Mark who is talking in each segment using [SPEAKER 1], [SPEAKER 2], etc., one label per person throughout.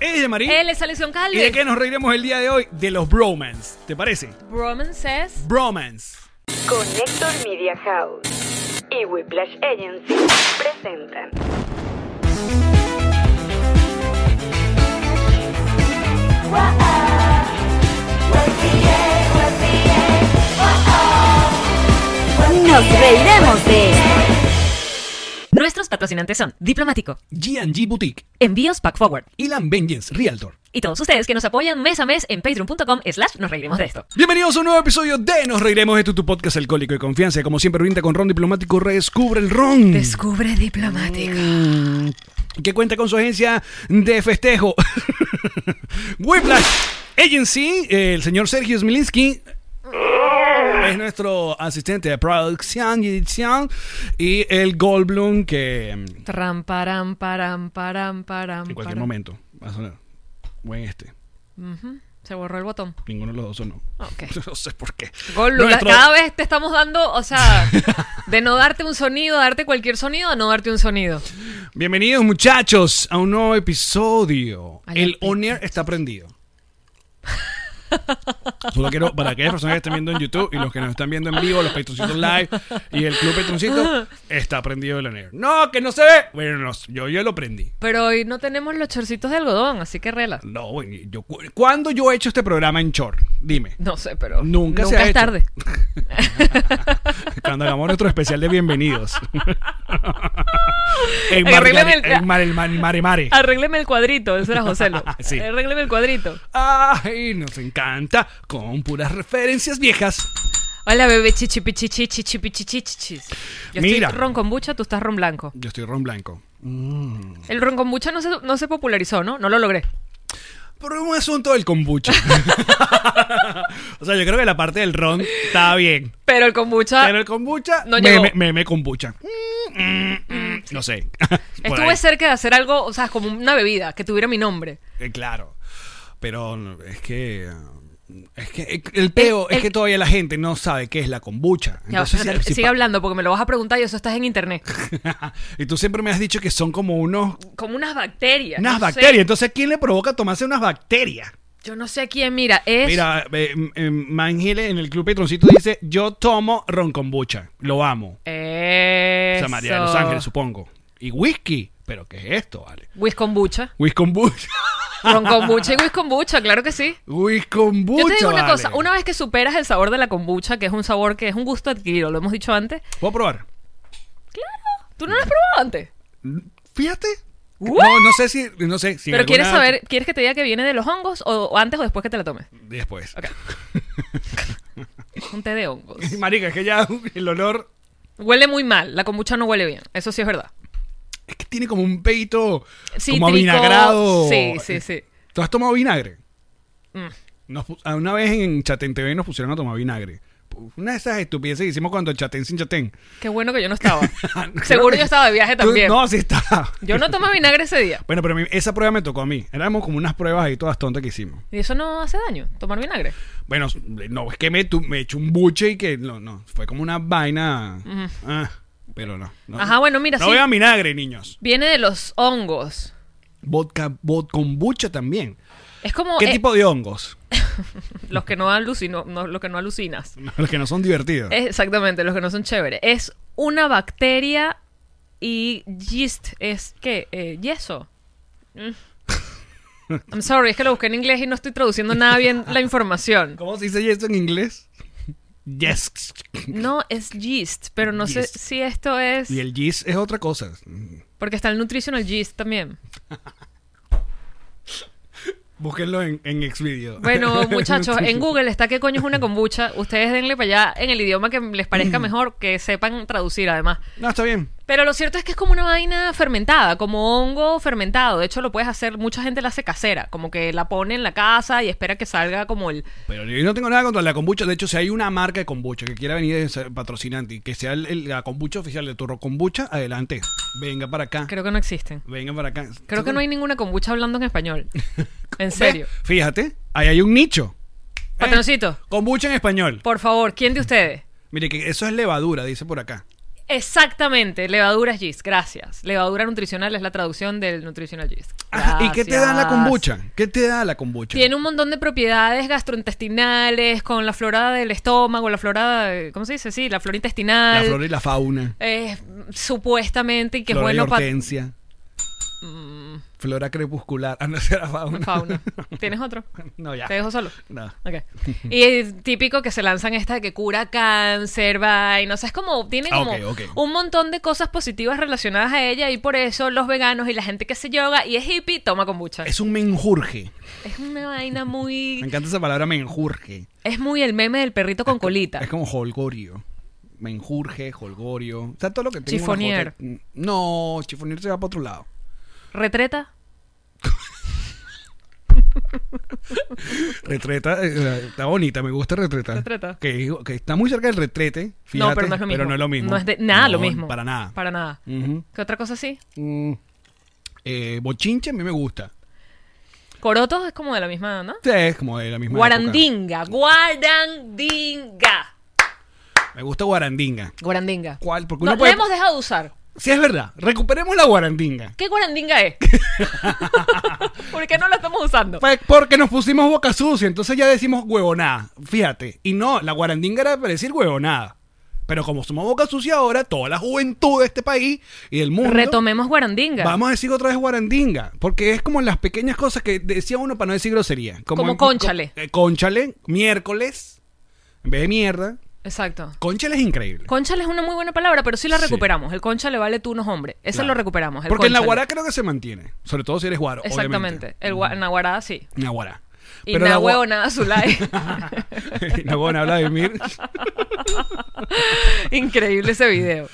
[SPEAKER 1] Ella es Marín.
[SPEAKER 2] Él es Alexión
[SPEAKER 1] ¿Y
[SPEAKER 2] Calves.
[SPEAKER 1] de qué nos reiremos el día de hoy? De los bromance. ¿Te parece?
[SPEAKER 2] Bromance es...
[SPEAKER 1] Bromance.
[SPEAKER 3] Connector Media House y Whiplash Agency presentan
[SPEAKER 4] Nos reiremos de esto.
[SPEAKER 2] Nuestros patrocinantes son Diplomático,
[SPEAKER 1] G&G Boutique.
[SPEAKER 2] Envíos Pack Forward
[SPEAKER 1] Ilan Vengeance Realtor.
[SPEAKER 2] y todos ustedes que nos apoyan mes a mes en patreon.com slash nos reiremos de esto.
[SPEAKER 1] Bienvenidos a un nuevo episodio de Nos Reiremos. Esto es tu podcast alcohólico de confianza. Como siempre, brinda con Ron Diplomático. Redescubre el Ron.
[SPEAKER 2] Descubre Diplomático.
[SPEAKER 1] que cuenta con su agencia de festejo. Whiplash Agency, eh, el señor Sergio Smilinski. Es nuestro asistente de producción y edición. Y el Goldblum, que mm,
[SPEAKER 2] Tram, param, param, param, param.
[SPEAKER 1] en cualquier
[SPEAKER 2] param.
[SPEAKER 1] momento va a sonar. O en este.
[SPEAKER 2] Ujú. Se borró el botón.
[SPEAKER 1] Ninguno de los dos sonó.
[SPEAKER 2] Ok.
[SPEAKER 1] No sé por qué.
[SPEAKER 2] Goldblum,
[SPEAKER 1] Nuestro-
[SPEAKER 2] cada vez te estamos dando, o sea, de no darte un sonido, a darte cualquier sonido, a no darte un sonido.
[SPEAKER 1] Bienvenidos, muchachos, a un nuevo episodio.
[SPEAKER 2] Ay,
[SPEAKER 1] el
[SPEAKER 2] apito.
[SPEAKER 1] on air está prendido. Solo quiero, para aquellas personas que estén viendo en YouTube y los que nos están viendo en vivo, los Patroncitos Live y el Club Patroncito, está prendido el on air. No, que no se ve. Bueno, no, yo, yo lo prendí.
[SPEAKER 2] Pero hoy no tenemos los chorcitos de algodón, así que rela.
[SPEAKER 1] No, bueno, yo, cu- ¿cuándo yo he hecho este programa en short? Dime.
[SPEAKER 2] No sé, pero
[SPEAKER 1] Nunca, se ha
[SPEAKER 2] es
[SPEAKER 1] hecho.
[SPEAKER 2] tarde.
[SPEAKER 1] Cuando hagamos nuestro especial de bienvenidos. en Mar,
[SPEAKER 2] Arréglame el-
[SPEAKER 1] en Mar- el Mar- Mare Mare.
[SPEAKER 2] Arrégleme el cuadrito, eso era José.
[SPEAKER 1] Sí.
[SPEAKER 2] Arrégleme el cuadrito. Ah.
[SPEAKER 1] Ay, nos encanta con puras referencias viejas.
[SPEAKER 2] Hola, bebé chichipichichi, chichipichichichis. Yo
[SPEAKER 1] Mira.
[SPEAKER 2] estoy ron con bucha, tú estás ron blanco.
[SPEAKER 1] Yo estoy ron blanco.
[SPEAKER 2] El ron con bucha no se, no se popularizó, ¿no? No lo logré.
[SPEAKER 1] Por un asunto del kombucha. o sea, yo creo que la parte del ron está bien.
[SPEAKER 2] Pero el kombucha
[SPEAKER 1] Pero el kombucha,
[SPEAKER 2] Ah. No llegó.
[SPEAKER 1] meme, meme kombucha. Mm, mm, mm, no sé. Por
[SPEAKER 2] estuve
[SPEAKER 1] ahí.
[SPEAKER 2] cerca de hacer algo, o sea, como una bebida que tuviera mi nombre.
[SPEAKER 1] Eh, Claro. Pero no, es que. eh, Es que el peo
[SPEAKER 2] El-
[SPEAKER 1] es que
[SPEAKER 2] el-
[SPEAKER 1] todavía la gente no sabe qué es la kombucha.
[SPEAKER 2] Ya,
[SPEAKER 1] Entonces,
[SPEAKER 2] espérate,
[SPEAKER 1] si- si
[SPEAKER 2] sigue
[SPEAKER 1] pa-
[SPEAKER 2] hablando porque me lo vas a preguntar y eso estás en internet.
[SPEAKER 1] y tú siempre me has dicho que son como unos,
[SPEAKER 2] Como unas bacterias.
[SPEAKER 1] unas
[SPEAKER 2] no sé.
[SPEAKER 1] bacterias. Entonces, ¿quién le provoca tomarse unas bacterias?
[SPEAKER 2] Yo no sé quién, mira, es.
[SPEAKER 1] Mira, eh, eh, Mangele en el Club Petroncito dice, yo tomo ron kombucha, lo amo. O
[SPEAKER 2] Eso.
[SPEAKER 1] sea, María de Los Ángeles, supongo. Y whisky, pero ¿qué es esto, vale?
[SPEAKER 2] Whis kombucha.
[SPEAKER 1] Whisky kombucha.
[SPEAKER 2] Ron kombucha y whis kombucha, claro que sí.
[SPEAKER 1] Whisky kombucha,
[SPEAKER 2] Yo te digo una
[SPEAKER 1] vale.
[SPEAKER 2] cosa, una vez que superas el sabor de la kombucha, que es un sabor que es un gusto adquirido, lo hemos dicho antes,
[SPEAKER 1] ¿Puedo probar?
[SPEAKER 2] tú no lo has probado antes.
[SPEAKER 1] Fíjate.
[SPEAKER 2] ¿What?
[SPEAKER 1] No, no sé si, no sé. Si en
[SPEAKER 2] Pero quieres
[SPEAKER 1] alguna-
[SPEAKER 2] saber, ¿quieres que te diga que viene de los hongos o, o antes o después que te la tomes?
[SPEAKER 1] Después.
[SPEAKER 2] Un té de hongos.
[SPEAKER 1] Marica, es que ya el olor...
[SPEAKER 2] Huele muy mal, la kombucha no huele bien, eso sí es verdad.
[SPEAKER 1] Es que tiene como un peito
[SPEAKER 2] Cítrico,
[SPEAKER 1] como avinagrado. Eh,
[SPEAKER 2] Sí, sí, sí.
[SPEAKER 1] ¿Tú has tomado vinagre?
[SPEAKER 2] Mm.
[SPEAKER 1] Nos pu- a una vez en Chatén TV nos pusieron a tomar vinagre. Una de esas estupideces que hicimos cuando Chatén sin Chatén.
[SPEAKER 2] Qué bueno que yo no estaba. Seguro yo estaba de viaje
[SPEAKER 1] Tú-
[SPEAKER 2] también.
[SPEAKER 1] No, sí estaba.
[SPEAKER 2] Yo no tomé vinagre ese día.
[SPEAKER 1] Bueno, pero a mí- esa prueba me tocó a mí. Éramos como unas pruebas ahí todas tontas que hicimos.
[SPEAKER 2] Y eso no hace daño, tomar vinagre.
[SPEAKER 1] Bueno, no, es que me, tu- me echó un buche y que no, no. Fue como una vaina. Ah, pero no. no.
[SPEAKER 2] Ajá, bueno, mira,
[SPEAKER 1] No
[SPEAKER 2] sí.
[SPEAKER 1] vean vinagre, niños.
[SPEAKER 2] Viene de los hongos.
[SPEAKER 1] Vodka, bot, kombucha también.
[SPEAKER 2] Es como
[SPEAKER 1] ¿Qué
[SPEAKER 2] eh,
[SPEAKER 1] tipo de hongos?
[SPEAKER 2] los que no alucino, no, los que no alucinas.
[SPEAKER 1] Los que no son divertidos.
[SPEAKER 2] Eh. Exactamente, los que no son chéveres. Es una bacteria y yeast es ¿qué? Eh, yeso. Mm. I'm sorry, es que lo busqué en inglés y no estoy traduciendo nada bien la información.
[SPEAKER 1] ¿Cómo se dice eso en inglés? Yes.
[SPEAKER 2] No, es yeast, pero no sé
[SPEAKER 1] Yeast.
[SPEAKER 2] si esto es
[SPEAKER 1] Y el gis es otra cosa.
[SPEAKER 2] porque está el nutritional yeast también.
[SPEAKER 1] Búsquenlo en, en Xvideo.
[SPEAKER 2] Bueno, eh. muchachos, en Google está qué coño es una kombucha. Ustedes denle para allá en el idioma que les parezca mejor, que sepan traducir además.
[SPEAKER 1] No, está bien.
[SPEAKER 2] Pero lo cierto es que es como una vaina fermentada, como hongo fermentado. De hecho, lo puedes hacer, mucha gente la hace casera, como que la pone en la casa y espera que salga como el...
[SPEAKER 1] Pero yo no tengo nada contra la kombucha. De hecho, si hay una marca de kombucha que quiera venir de ser patrocinante y que sea el- el- la kombucha oficial de Turro Kombucha, adelante. Venga para acá.
[SPEAKER 2] Creo que no existen.
[SPEAKER 1] Venga para acá.
[SPEAKER 2] Creo que no hay ninguna kombucha hablando en español. En
[SPEAKER 1] ¿Ves?
[SPEAKER 2] serio.
[SPEAKER 1] Fíjate, ahí hay un nicho. Eh,
[SPEAKER 2] Patroncito,
[SPEAKER 1] kombucha en español.
[SPEAKER 2] por favor, ¿quién de ustedes?
[SPEAKER 1] Mire, que eso es levadura, dice por acá.
[SPEAKER 2] Exactamente, levaduras yeast, gracias. Levadura nutricional es la traducción del nutritional yeast.
[SPEAKER 1] Ah, ¿Y qué te da la
[SPEAKER 2] Gracias.
[SPEAKER 1] kombucha? ¿Qué te da la kombucha?
[SPEAKER 2] Tiene un montón de propiedades gastrointestinales, con la flora del estómago, la flora, de- ¿cómo se dice? Sí, la flora
[SPEAKER 1] La
[SPEAKER 2] intestinal.
[SPEAKER 1] flor y la fauna.
[SPEAKER 2] eh, supuestamente, y que es
[SPEAKER 1] flora
[SPEAKER 2] bueno
[SPEAKER 1] y
[SPEAKER 2] para
[SPEAKER 1] hortensia. Flora crepuscular. Ah, no será fauna.
[SPEAKER 2] fauna. ¿Tienes otro?
[SPEAKER 1] no, ya.
[SPEAKER 2] Te dejo solo.
[SPEAKER 1] No.
[SPEAKER 2] Ok. Y es típico que se lanzan esta de que cura cáncer, vaina. O sea, es como, tiene
[SPEAKER 1] Ah,
[SPEAKER 2] como
[SPEAKER 1] ok, ok.
[SPEAKER 2] un montón de cosas positivas relacionadas a ella y por eso los veganos y la gente que se yoga y es hippie toma kombucha. Es,
[SPEAKER 1] Es un menjurje.
[SPEAKER 2] una vaina
[SPEAKER 1] Me
[SPEAKER 2] muy...
[SPEAKER 1] encanta esa palabra menjurje.
[SPEAKER 2] Es muy el meme del perrito con colita.
[SPEAKER 1] Es como holgorio. Menjurje, holgorio. O sea, todo lo que tenga una
[SPEAKER 2] Chifonier.
[SPEAKER 1] jota- No, chifonier se va para otro lado.
[SPEAKER 2] ¿Retreta?
[SPEAKER 1] Retreta, eh, está bonita, me gusta retreta.
[SPEAKER 2] Retreta.
[SPEAKER 1] Que, que está muy cerca del retrete, fíjate,
[SPEAKER 2] no, pero no es lo mismo. No es de- nada lo
[SPEAKER 1] No,
[SPEAKER 2] mismo.
[SPEAKER 1] Para nada. Mm.
[SPEAKER 2] Para nada.
[SPEAKER 1] Ujú.
[SPEAKER 2] ¿Qué otra cosa sí?
[SPEAKER 1] Mm. Eh, bochinche a mí me gusta.
[SPEAKER 2] Corotos es como de la misma, ¿no?
[SPEAKER 1] Sí, es como de la misma
[SPEAKER 2] Guarandinga. Guarandinga.
[SPEAKER 1] época. Me gusta guarandinga.
[SPEAKER 2] Guarandinga.
[SPEAKER 1] ¿Cuál? Porque
[SPEAKER 2] No,
[SPEAKER 1] uno puede-
[SPEAKER 2] La hemos dejado de usar.
[SPEAKER 1] Sí, es verdad. Recuperemos la guarandinga.
[SPEAKER 2] ¿Qué guarandinga es? ¿Por qué no la estamos usando?
[SPEAKER 1] Pues porque nos pusimos boca sucia, entonces ya decimos huevonada. Fíjate. Y no, la guarandinga era para decir huevonada. Pero como somos boca sucia ahora, toda la juventud de este país y del mundo.
[SPEAKER 2] Retomemos guarandinga.
[SPEAKER 1] Vamos a decir otra vez guarandinga, porque es como las pequeñas cosas que decía uno para no decir grosería.
[SPEAKER 2] Como
[SPEAKER 1] en-
[SPEAKER 2] cónchale.
[SPEAKER 1] eh, cónchale, miércoles, en vez de mierda.
[SPEAKER 2] Exacto.
[SPEAKER 1] Cónchale es increíble.
[SPEAKER 2] Conchale es una muy buena palabra, pero sí la
[SPEAKER 1] Sí.
[SPEAKER 2] recuperamos. El concha le vale tú, no hombre. Ese
[SPEAKER 1] Claro.
[SPEAKER 2] lo recuperamos. el
[SPEAKER 1] Porque en la
[SPEAKER 2] cónchale.
[SPEAKER 1] guará creo que se mantiene, sobre todo si eres guaro.
[SPEAKER 2] Exactamente.
[SPEAKER 1] obviamente.
[SPEAKER 2] El gua- en la guará sí.
[SPEAKER 1] En la guará.
[SPEAKER 2] Y
[SPEAKER 1] Pero
[SPEAKER 2] na
[SPEAKER 1] la gua-
[SPEAKER 2] huevonada Zulay.
[SPEAKER 1] la huevona habla de mir.
[SPEAKER 2] Increíble ese video.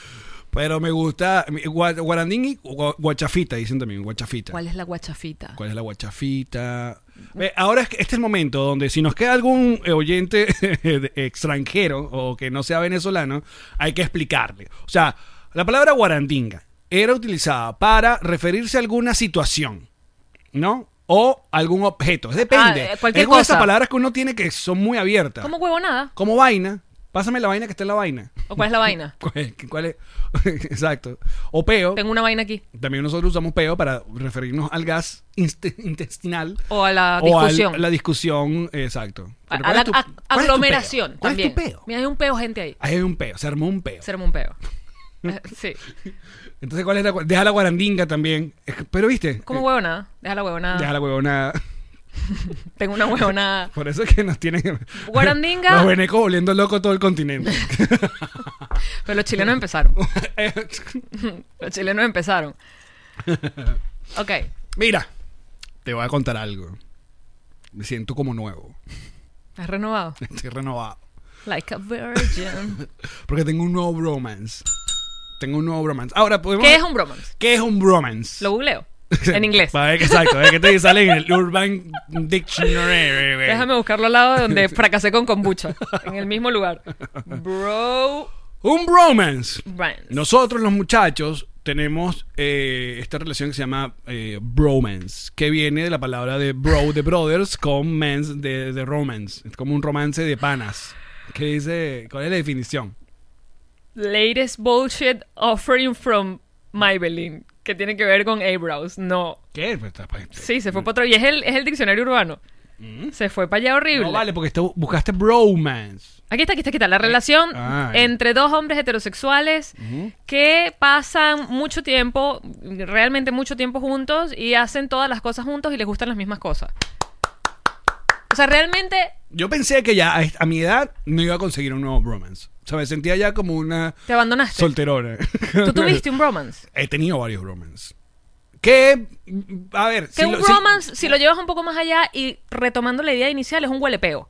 [SPEAKER 1] Pero me gusta. mi- gua- Guarandín y gua- guachafita, dicen también, guachafita.
[SPEAKER 2] ¿Cuál es la guachafita?
[SPEAKER 1] ¿Cuál es la guachafita? Ve, ahora es que este es el momento donde si nos queda algún eh, oyente de- extranjero o que no sea venezolano, hay que explicarle. O sea, la palabra guarandinga era utilizada para referirse a alguna situación, ¿no? O algún objeto. Depende.
[SPEAKER 2] Ah, eh, cualquier
[SPEAKER 1] es una de esas
[SPEAKER 2] cosa.
[SPEAKER 1] palabras que uno tiene que son muy abiertas.
[SPEAKER 2] ¿Cómo huevonada?
[SPEAKER 1] Como vaina. Pásame la vaina que está en la vaina.
[SPEAKER 2] ¿O cuál es la vaina?
[SPEAKER 1] ¿Cuál, cuál es? Exacto. O peo.
[SPEAKER 2] Tengo una vaina aquí.
[SPEAKER 1] También nosotros usamos peo para referirnos al gas inst- intestinal.
[SPEAKER 2] O a la
[SPEAKER 1] O al-
[SPEAKER 2] discusión.
[SPEAKER 1] la discusión, exacto.
[SPEAKER 2] A,
[SPEAKER 1] Pero
[SPEAKER 2] a
[SPEAKER 1] ¿cuál
[SPEAKER 2] la
[SPEAKER 1] es tu-
[SPEAKER 2] a-
[SPEAKER 1] cuál es tu
[SPEAKER 2] aglomeración
[SPEAKER 1] peo? ¿Cuál
[SPEAKER 2] también.
[SPEAKER 1] es tu peo?
[SPEAKER 2] Mira, hay un peo gente ahí.
[SPEAKER 1] Ahí hay un peo, se armó un peo.
[SPEAKER 2] Serme un peo. Eh, Sí.
[SPEAKER 1] Entonces, ¿cuál es la cua- Deja la guarandinga también. Es que- Pero, ¿viste?
[SPEAKER 2] ¿Cómo
[SPEAKER 1] Eh,
[SPEAKER 2] huevonada? Deja la huevonada.
[SPEAKER 1] Deja la huevonada.
[SPEAKER 2] Tengo una huevonada.
[SPEAKER 1] Por eso es que nos tienen...
[SPEAKER 2] Guarandinga.
[SPEAKER 1] Los venecos volviendo loco todo el continente.
[SPEAKER 2] Pero los chilenos empezaron.
[SPEAKER 1] Eh,
[SPEAKER 2] Los chilenos empezaron. Ok.
[SPEAKER 1] Mira, te voy a contar algo. Me siento como nuevo.
[SPEAKER 2] Has renovado.
[SPEAKER 1] Estoy renovado.
[SPEAKER 2] Like a virgin.
[SPEAKER 1] Porque tengo un nuevo bromance. Tengo un nuevo bromance. Ahora podemos...
[SPEAKER 2] ¿Qué es un bromance?
[SPEAKER 1] ¿Qué es un bromance?
[SPEAKER 2] Lo googleo. En inglés.
[SPEAKER 1] Para ver que- exacto, a ver que te sale en el Urban Dictionary. güey.
[SPEAKER 2] Déjame buscarlo al lado de donde fracasé con kombucha. En el mismo lugar. Bro.
[SPEAKER 1] Un bromance.
[SPEAKER 2] Brands.
[SPEAKER 1] Nosotros los muchachos tenemos eh, esta relación que se llama eh, bromance, que viene de la palabra de bro de brothers con mens de, de romance. Es como un romance de panas. ¿Qué dice? ¿Cuál es la definición?
[SPEAKER 2] Latest bullshit offering from Maybelline. Que tiene que ver con eyebrows. No.
[SPEAKER 1] ¿Qué? Pues, está- pues,
[SPEAKER 2] Sí, se fue para otro. Y es el, es el diccionario urbano. Se fue para allá horrible.
[SPEAKER 1] Mm. No vale, porque tú buscaste bromance.
[SPEAKER 2] Aquí está, aquí está, aquí está. La relación
[SPEAKER 1] Ah, ya.
[SPEAKER 2] entre dos hombres heterosexuales que pasan mucho tiempo, realmente mucho tiempo juntos y hacen todas las cosas juntos y les gustan las mismas cosas. O sea, realmente
[SPEAKER 1] Yo pensé que ya a, a mi edad no iba a conseguir un nuevo bromance. O sea, me sentía ya como una
[SPEAKER 2] te abandonaste.
[SPEAKER 1] solterona.
[SPEAKER 2] Tú tuviste un romance.
[SPEAKER 1] He tenido varios romance. Que, mm, a ver,
[SPEAKER 2] Que
[SPEAKER 1] si
[SPEAKER 2] un
[SPEAKER 1] lo- si-
[SPEAKER 2] romance, si, lo llevas un poco más allá y retomando la idea inicial, es un huelepeo.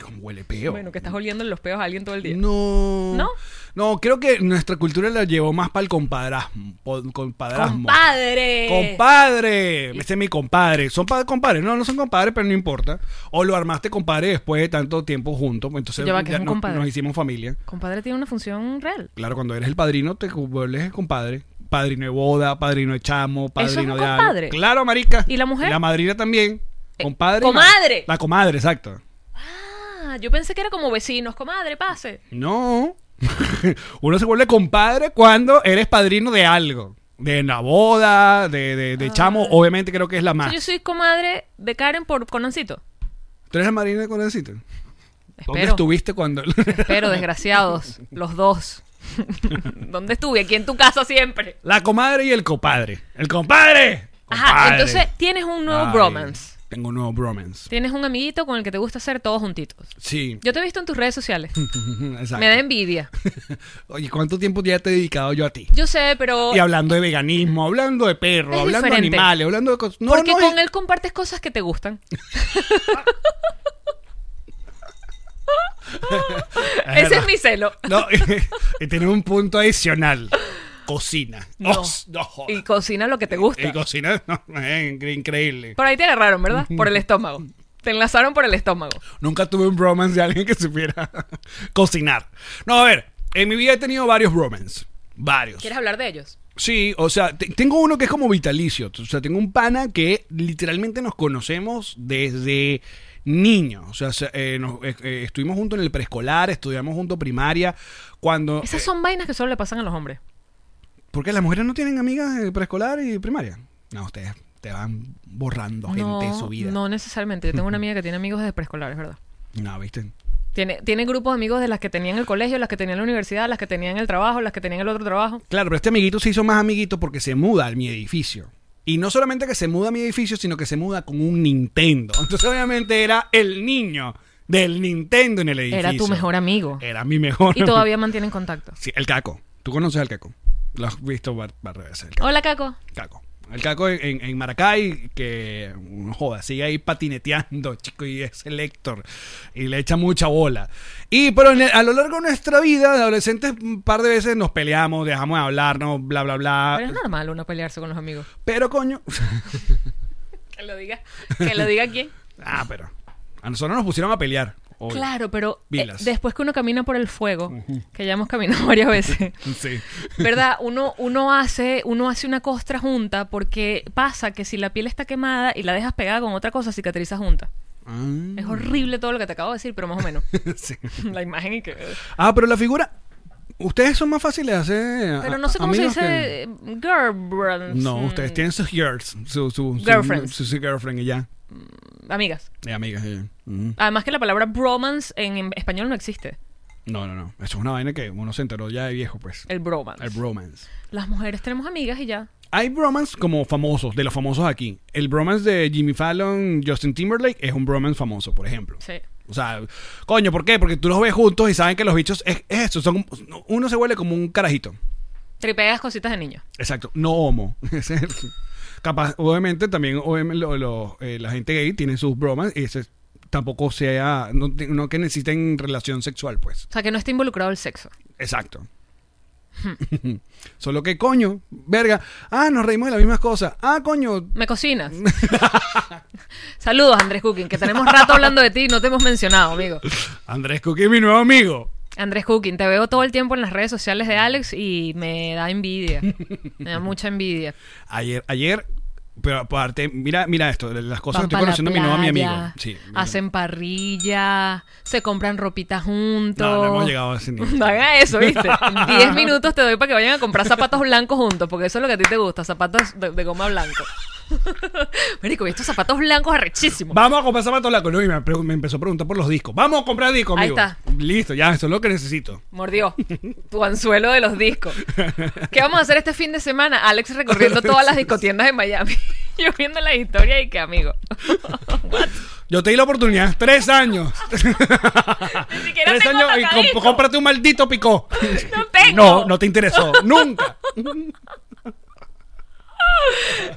[SPEAKER 1] Como huele peo.
[SPEAKER 2] Bueno, que estás oliendo los peos a alguien todo el día.
[SPEAKER 1] No.
[SPEAKER 2] ¿No?
[SPEAKER 1] No, creo que nuestra cultura la llevó más para el compadrasmo. po- Compadrasmo.
[SPEAKER 2] ¡Compadre!
[SPEAKER 1] Compadre, ese es mi compadre. Son pa- compadres, no, no son compadres, pero no importa. O lo armaste compadre después de tanto tiempo juntos. pues, Entonces
[SPEAKER 2] Ya va, que es un
[SPEAKER 1] no-
[SPEAKER 2] compadre.
[SPEAKER 1] nos hicimos familia.
[SPEAKER 2] Compadre tiene una función real.
[SPEAKER 1] Claro, cuando eres el padrino, te vuelves el compadre. Padrino de boda, padrino de chamo, padrino
[SPEAKER 2] Eso es un
[SPEAKER 1] de algo.
[SPEAKER 2] compadre.
[SPEAKER 1] Claro, marica.
[SPEAKER 2] ¿Y la mujer?
[SPEAKER 1] La madrina también.
[SPEAKER 2] Eh,
[SPEAKER 1] Compadre. y
[SPEAKER 2] comadre.
[SPEAKER 1] ma- La comadre, exacto.
[SPEAKER 2] Ah, yo pensé que era como vecinos, comadre, pase.
[SPEAKER 1] No. Uno se vuelve compadre cuando eres padrino de algo. De una boda, de, de-
[SPEAKER 2] Ah.
[SPEAKER 1] de chamo, obviamente creo que es la más.
[SPEAKER 2] Yo soy comadre de Karen por cononcito.
[SPEAKER 1] ¿Tú eres la marina de Condencito? ¿Dónde
[SPEAKER 2] Espero.
[SPEAKER 1] estuviste cuando.?
[SPEAKER 2] Pero desgraciados, los dos. ¿Dónde estuve? Aquí en tu casa siempre.
[SPEAKER 1] la comadre y el compadre. ¡El compadre!
[SPEAKER 2] Ajá,
[SPEAKER 1] Compadre.
[SPEAKER 2] entonces tienes un nuevo
[SPEAKER 1] Ay,
[SPEAKER 2] bromance.
[SPEAKER 1] Tengo un nuevo bromance.
[SPEAKER 2] Tienes un amiguito con el que te gusta hacer todos juntitos.
[SPEAKER 1] Sí.
[SPEAKER 2] Yo te he visto en tus redes sociales.
[SPEAKER 1] Exacto.
[SPEAKER 2] Me da envidia.
[SPEAKER 1] Oye, ¿cuánto tiempo ya te he dedicado yo a ti?
[SPEAKER 2] Yo sé, pero
[SPEAKER 1] Y hablando de veganismo, hablando de perro,
[SPEAKER 2] Oh. Es
[SPEAKER 1] hablando de
[SPEAKER 2] diferente.
[SPEAKER 1] animales, hablando de cosas. No,
[SPEAKER 2] porque
[SPEAKER 1] no,
[SPEAKER 2] con
[SPEAKER 1] es-
[SPEAKER 2] él compartes cosas que te gustan.
[SPEAKER 1] es
[SPEAKER 2] Ese es
[SPEAKER 1] verdad.
[SPEAKER 2] mi celo.
[SPEAKER 1] No, y tiene un punto adicional. Cocina.
[SPEAKER 2] No.
[SPEAKER 1] Oh, no jodas.
[SPEAKER 2] Y cocina lo que te gusta.
[SPEAKER 1] Y cocina, no, es increíble.
[SPEAKER 2] Por ahí te agarraron, ¿verdad? Por el estómago. Te enlazaron por el estómago.
[SPEAKER 1] Nunca tuve un bromance de alguien que supiera cocinar. No, a ver, en mi vida he tenido varios bromance. Varios.
[SPEAKER 2] ¿Quieres hablar de ellos?
[SPEAKER 1] Sí, o sea, te- tengo uno que es como vitalicio. O sea, tengo un pana que literalmente nos conocemos desde niños. O sea, se- eh, nos- eh, eh, estuvimos juntos en el preescolar, estudiamos juntos primaria. Cuando.
[SPEAKER 2] Esas
[SPEAKER 1] eh,
[SPEAKER 2] son vainas que solo le pasan a los hombres.
[SPEAKER 1] ¿Por qué las mujeres no tienen amigas de preescolar y primaria? No, ustedes te van borrando gente de su vida. No,
[SPEAKER 2] no necesariamente. Yo tengo una amiga que tiene amigos de preescolar, es verdad.
[SPEAKER 1] ¿viste?
[SPEAKER 2] Tiene, tiene grupos de amigos de las que tenía en el colegio, las que tenía en la universidad, las que tenía en el trabajo, las que tenía en el otro trabajo.
[SPEAKER 1] Claro, pero este amiguito se hizo más amiguito porque se muda a mi edificio. Y no solamente que se muda a mi edificio, sino que se muda con un Nintendo. Entonces, obviamente, era el niño del Nintendo en el edificio.
[SPEAKER 2] Era tu mejor amigo.
[SPEAKER 1] Era mi mejor.
[SPEAKER 2] Y todavía mantienen contacto.
[SPEAKER 1] Sí, el caco. Tú conoces al caco. Lo has visto varias veces. El caco.
[SPEAKER 2] Hola, Caco.
[SPEAKER 1] Caco. El caco en, en- en Maracay, que mm, joda, sigue ahí patineteando, chico, y es el Héctor, y le echa mucha bola. Y pero en el- a lo largo de nuestra vida, de adolescentes, un par de veces nos peleamos, dejamos de hablarnos, bla, bla, bla.
[SPEAKER 2] Pero es normal uno pelearse con los amigos.
[SPEAKER 1] Pero coño.
[SPEAKER 2] Que lo diga. Que lo diga quién.
[SPEAKER 1] ah, pero. A nosotros nos pusieron a pelear. obvio.
[SPEAKER 2] Claro, pero eh,
[SPEAKER 1] Vilas.
[SPEAKER 2] después que uno camina por el fuego, que ya hemos caminado varias veces,
[SPEAKER 1] Sí.
[SPEAKER 2] ¿verdad? Uno, uno, hace, uno hace una costra junta porque pasa que si la piel está quemada y la dejas pegada con otra cosa, cicatriza junta.
[SPEAKER 1] Ah,
[SPEAKER 2] Es horrible todo lo que te acabo de decir, pero más o menos.
[SPEAKER 1] sí.
[SPEAKER 2] la imagen y que...
[SPEAKER 1] Ah, pero la figura. Ustedes son más fáciles de hacer.
[SPEAKER 2] Pero
[SPEAKER 1] a-
[SPEAKER 2] no sé
[SPEAKER 1] a-
[SPEAKER 2] cómo se
[SPEAKER 1] amigos
[SPEAKER 2] dice...
[SPEAKER 1] que-
[SPEAKER 2] eh, Girlfriends.
[SPEAKER 1] No, ustedes tienen sus girls. Su, su, su-
[SPEAKER 2] Girlfriends.
[SPEAKER 1] Su, su girlfriend y ya.
[SPEAKER 2] Mm, Amigas.
[SPEAKER 1] Y amigas y ya. Ujú.
[SPEAKER 2] Además que la palabra bromance en, en español no existe.
[SPEAKER 1] No, no, no. Eso es una vaina que uno se enteró ya de viejo, pues.
[SPEAKER 2] El bromance.
[SPEAKER 1] El bromance.
[SPEAKER 2] Las mujeres tenemos amigas y ya.
[SPEAKER 1] Hay bromance como famosos, de los famosos aquí. El bromance de Jimmy Fallon, Justin Timberlake, es un bromance famoso, por ejemplo.
[SPEAKER 2] Sí.
[SPEAKER 1] O sea, coño, ¿por qué? Porque tú los ves juntos y saben que los bichos es, es eso. Son, uno se vuelve como un carajito.
[SPEAKER 2] Tripeas cositas de niño.
[SPEAKER 1] Exacto. No homo. Ese es el- Capaz, obviamente, también obviamente, lo- lo- eh, la gente gay tiene sus bromas y ese tampoco sea. No, te- no que necesiten relación sexual, pues.
[SPEAKER 2] O sea, que no está involucrado el sexo.
[SPEAKER 1] Exacto. Solo que, coño, verga. Ah, nos reímos de las mismas cosas. Ah, coño.
[SPEAKER 2] ¿Me cocinas? Saludos, Andrés Cooking, que tenemos rato hablando de ti y no te hemos mencionado, amigo.
[SPEAKER 1] Andrés Cookie, mi nuevo amigo.
[SPEAKER 2] Andrés Cooking, te veo todo el tiempo en las redes sociales de Alex y me da envidia. Me da mucha envidia.
[SPEAKER 1] Ayer, ayer. Pero aparte, mira, mira esto, de las cosas
[SPEAKER 2] Van
[SPEAKER 1] que
[SPEAKER 2] pa' la
[SPEAKER 1] estoy conociendo a mi nuevo mi amigo.
[SPEAKER 2] playa,
[SPEAKER 1] Sí.
[SPEAKER 2] Hacen parrilla, se compran ropita juntos.
[SPEAKER 1] No, no hemos llegado a ese nivel.
[SPEAKER 2] No hagan eso, ¿viste? En 10 minutos te doy para que vayan a comprar zapatos blancos juntos, porque eso es lo que a ti te gusta, zapatos de, de goma blanco. Marico, y estos zapatos blancos arrechísimos.
[SPEAKER 1] Vamos a comprar zapatos blancos. No, y me, pre- me empezó a preguntar por los discos. Vamos a comprar discos,
[SPEAKER 2] Ahí
[SPEAKER 1] amigo.
[SPEAKER 2] está.
[SPEAKER 1] Listo, ya, eso es lo que necesito.
[SPEAKER 2] Mordió tu anzuelo de los discos. ¿Qué vamos a hacer este fin de semana? Alex recorriendo todas las discotiendas de Miami. Yo viendo la historia y que amigo. What?
[SPEAKER 1] Yo te di la oportunidad. Tres años.
[SPEAKER 2] Ni siquiera
[SPEAKER 1] Tres
[SPEAKER 2] tengo
[SPEAKER 1] años y comp-
[SPEAKER 2] tocadiscos.
[SPEAKER 1] cómprate un maldito picó.
[SPEAKER 2] No tengo.
[SPEAKER 1] No, no te interesó. Nunca.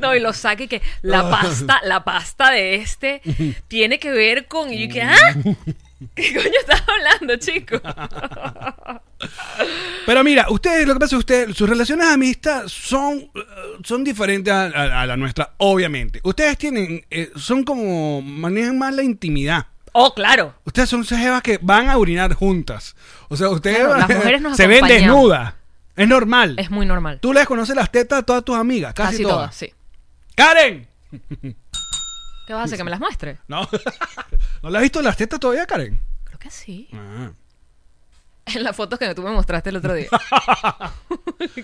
[SPEAKER 2] No, y lo saque que la pasta, la pasta de este tiene que ver con. Y yo
[SPEAKER 1] Mm.
[SPEAKER 2] que, ¿ah? ¿Qué coño estás hablando, chico?
[SPEAKER 1] Pero mira, ustedes, lo que pasa es que ustedes, sus relaciones de amistad son, eh, son diferentes a, a- a la nuestra, obviamente. Ustedes tienen, eh, son como, manejan más la intimidad.
[SPEAKER 2] Oh, claro.
[SPEAKER 1] Ustedes son esas jevas que van a orinar juntas. O sea, ustedes
[SPEAKER 2] Claro,
[SPEAKER 1] van-
[SPEAKER 2] las mujeres nos
[SPEAKER 1] se ven
[SPEAKER 2] acompañan.
[SPEAKER 1] desnudas. Es normal.
[SPEAKER 2] Es muy normal.
[SPEAKER 1] Tú les conoces las tetas a todas tus amigas, casi,
[SPEAKER 2] Casi
[SPEAKER 1] todas.
[SPEAKER 2] todas, sí.
[SPEAKER 1] ¡Karen!
[SPEAKER 2] ¿Qué vas a hacer? ¿Que me las muestre?
[SPEAKER 1] No. ¿No le has visto las tetas todavía, Karen?
[SPEAKER 2] Creo que sí. en las fotos que tú me mostraste el otro día.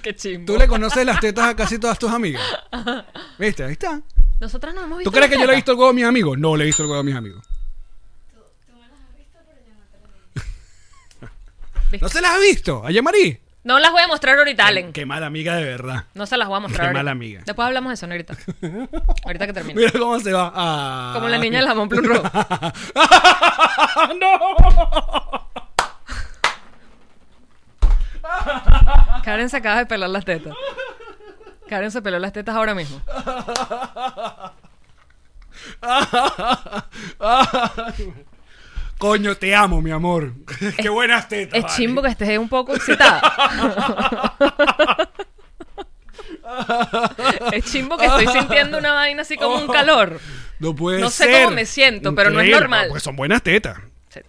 [SPEAKER 2] Qué chimbo.
[SPEAKER 1] Tú le conoces las tetas a casi todas tus amigas. ¿Viste? Ahí está.
[SPEAKER 2] Nosotras no hemos visto.
[SPEAKER 1] ¿Tú crees
[SPEAKER 2] la
[SPEAKER 1] que yo le he
[SPEAKER 2] teta?
[SPEAKER 1] visto el huevo a mis amigos? No le he visto el huevo a mis amigos.
[SPEAKER 2] ¿Viste?
[SPEAKER 1] ¿No se las has visto? ¿A Yamari?
[SPEAKER 2] No las voy a mostrar ahorita, Allen.
[SPEAKER 1] Qué mala amiga de verdad.
[SPEAKER 2] No se las voy a mostrar
[SPEAKER 1] Qué
[SPEAKER 2] ahorita.
[SPEAKER 1] mala amiga.
[SPEAKER 2] Después hablamos de eso ¿no? ahorita. ahorita que termine.
[SPEAKER 1] Mira cómo se va. Ah.
[SPEAKER 2] Como la niña del jamón plum rojo.
[SPEAKER 1] ¡No!
[SPEAKER 2] Karen se acaba de pelar las tetas. Karen se peló las tetas ahora mismo.
[SPEAKER 1] Coño, te amo, mi amor. Qué buenas tetas.
[SPEAKER 2] Es
[SPEAKER 1] vale.
[SPEAKER 2] chimbo que estés un poco excitada. es chimbo que estoy sintiendo una vaina así como
[SPEAKER 1] Oh.
[SPEAKER 2] un calor.
[SPEAKER 1] No puede
[SPEAKER 2] No sé
[SPEAKER 1] ser.
[SPEAKER 2] cómo me siento, pero no es
[SPEAKER 1] Increíble.
[SPEAKER 2] normal.
[SPEAKER 1] Pues son buenas tetas.
[SPEAKER 2] Sí.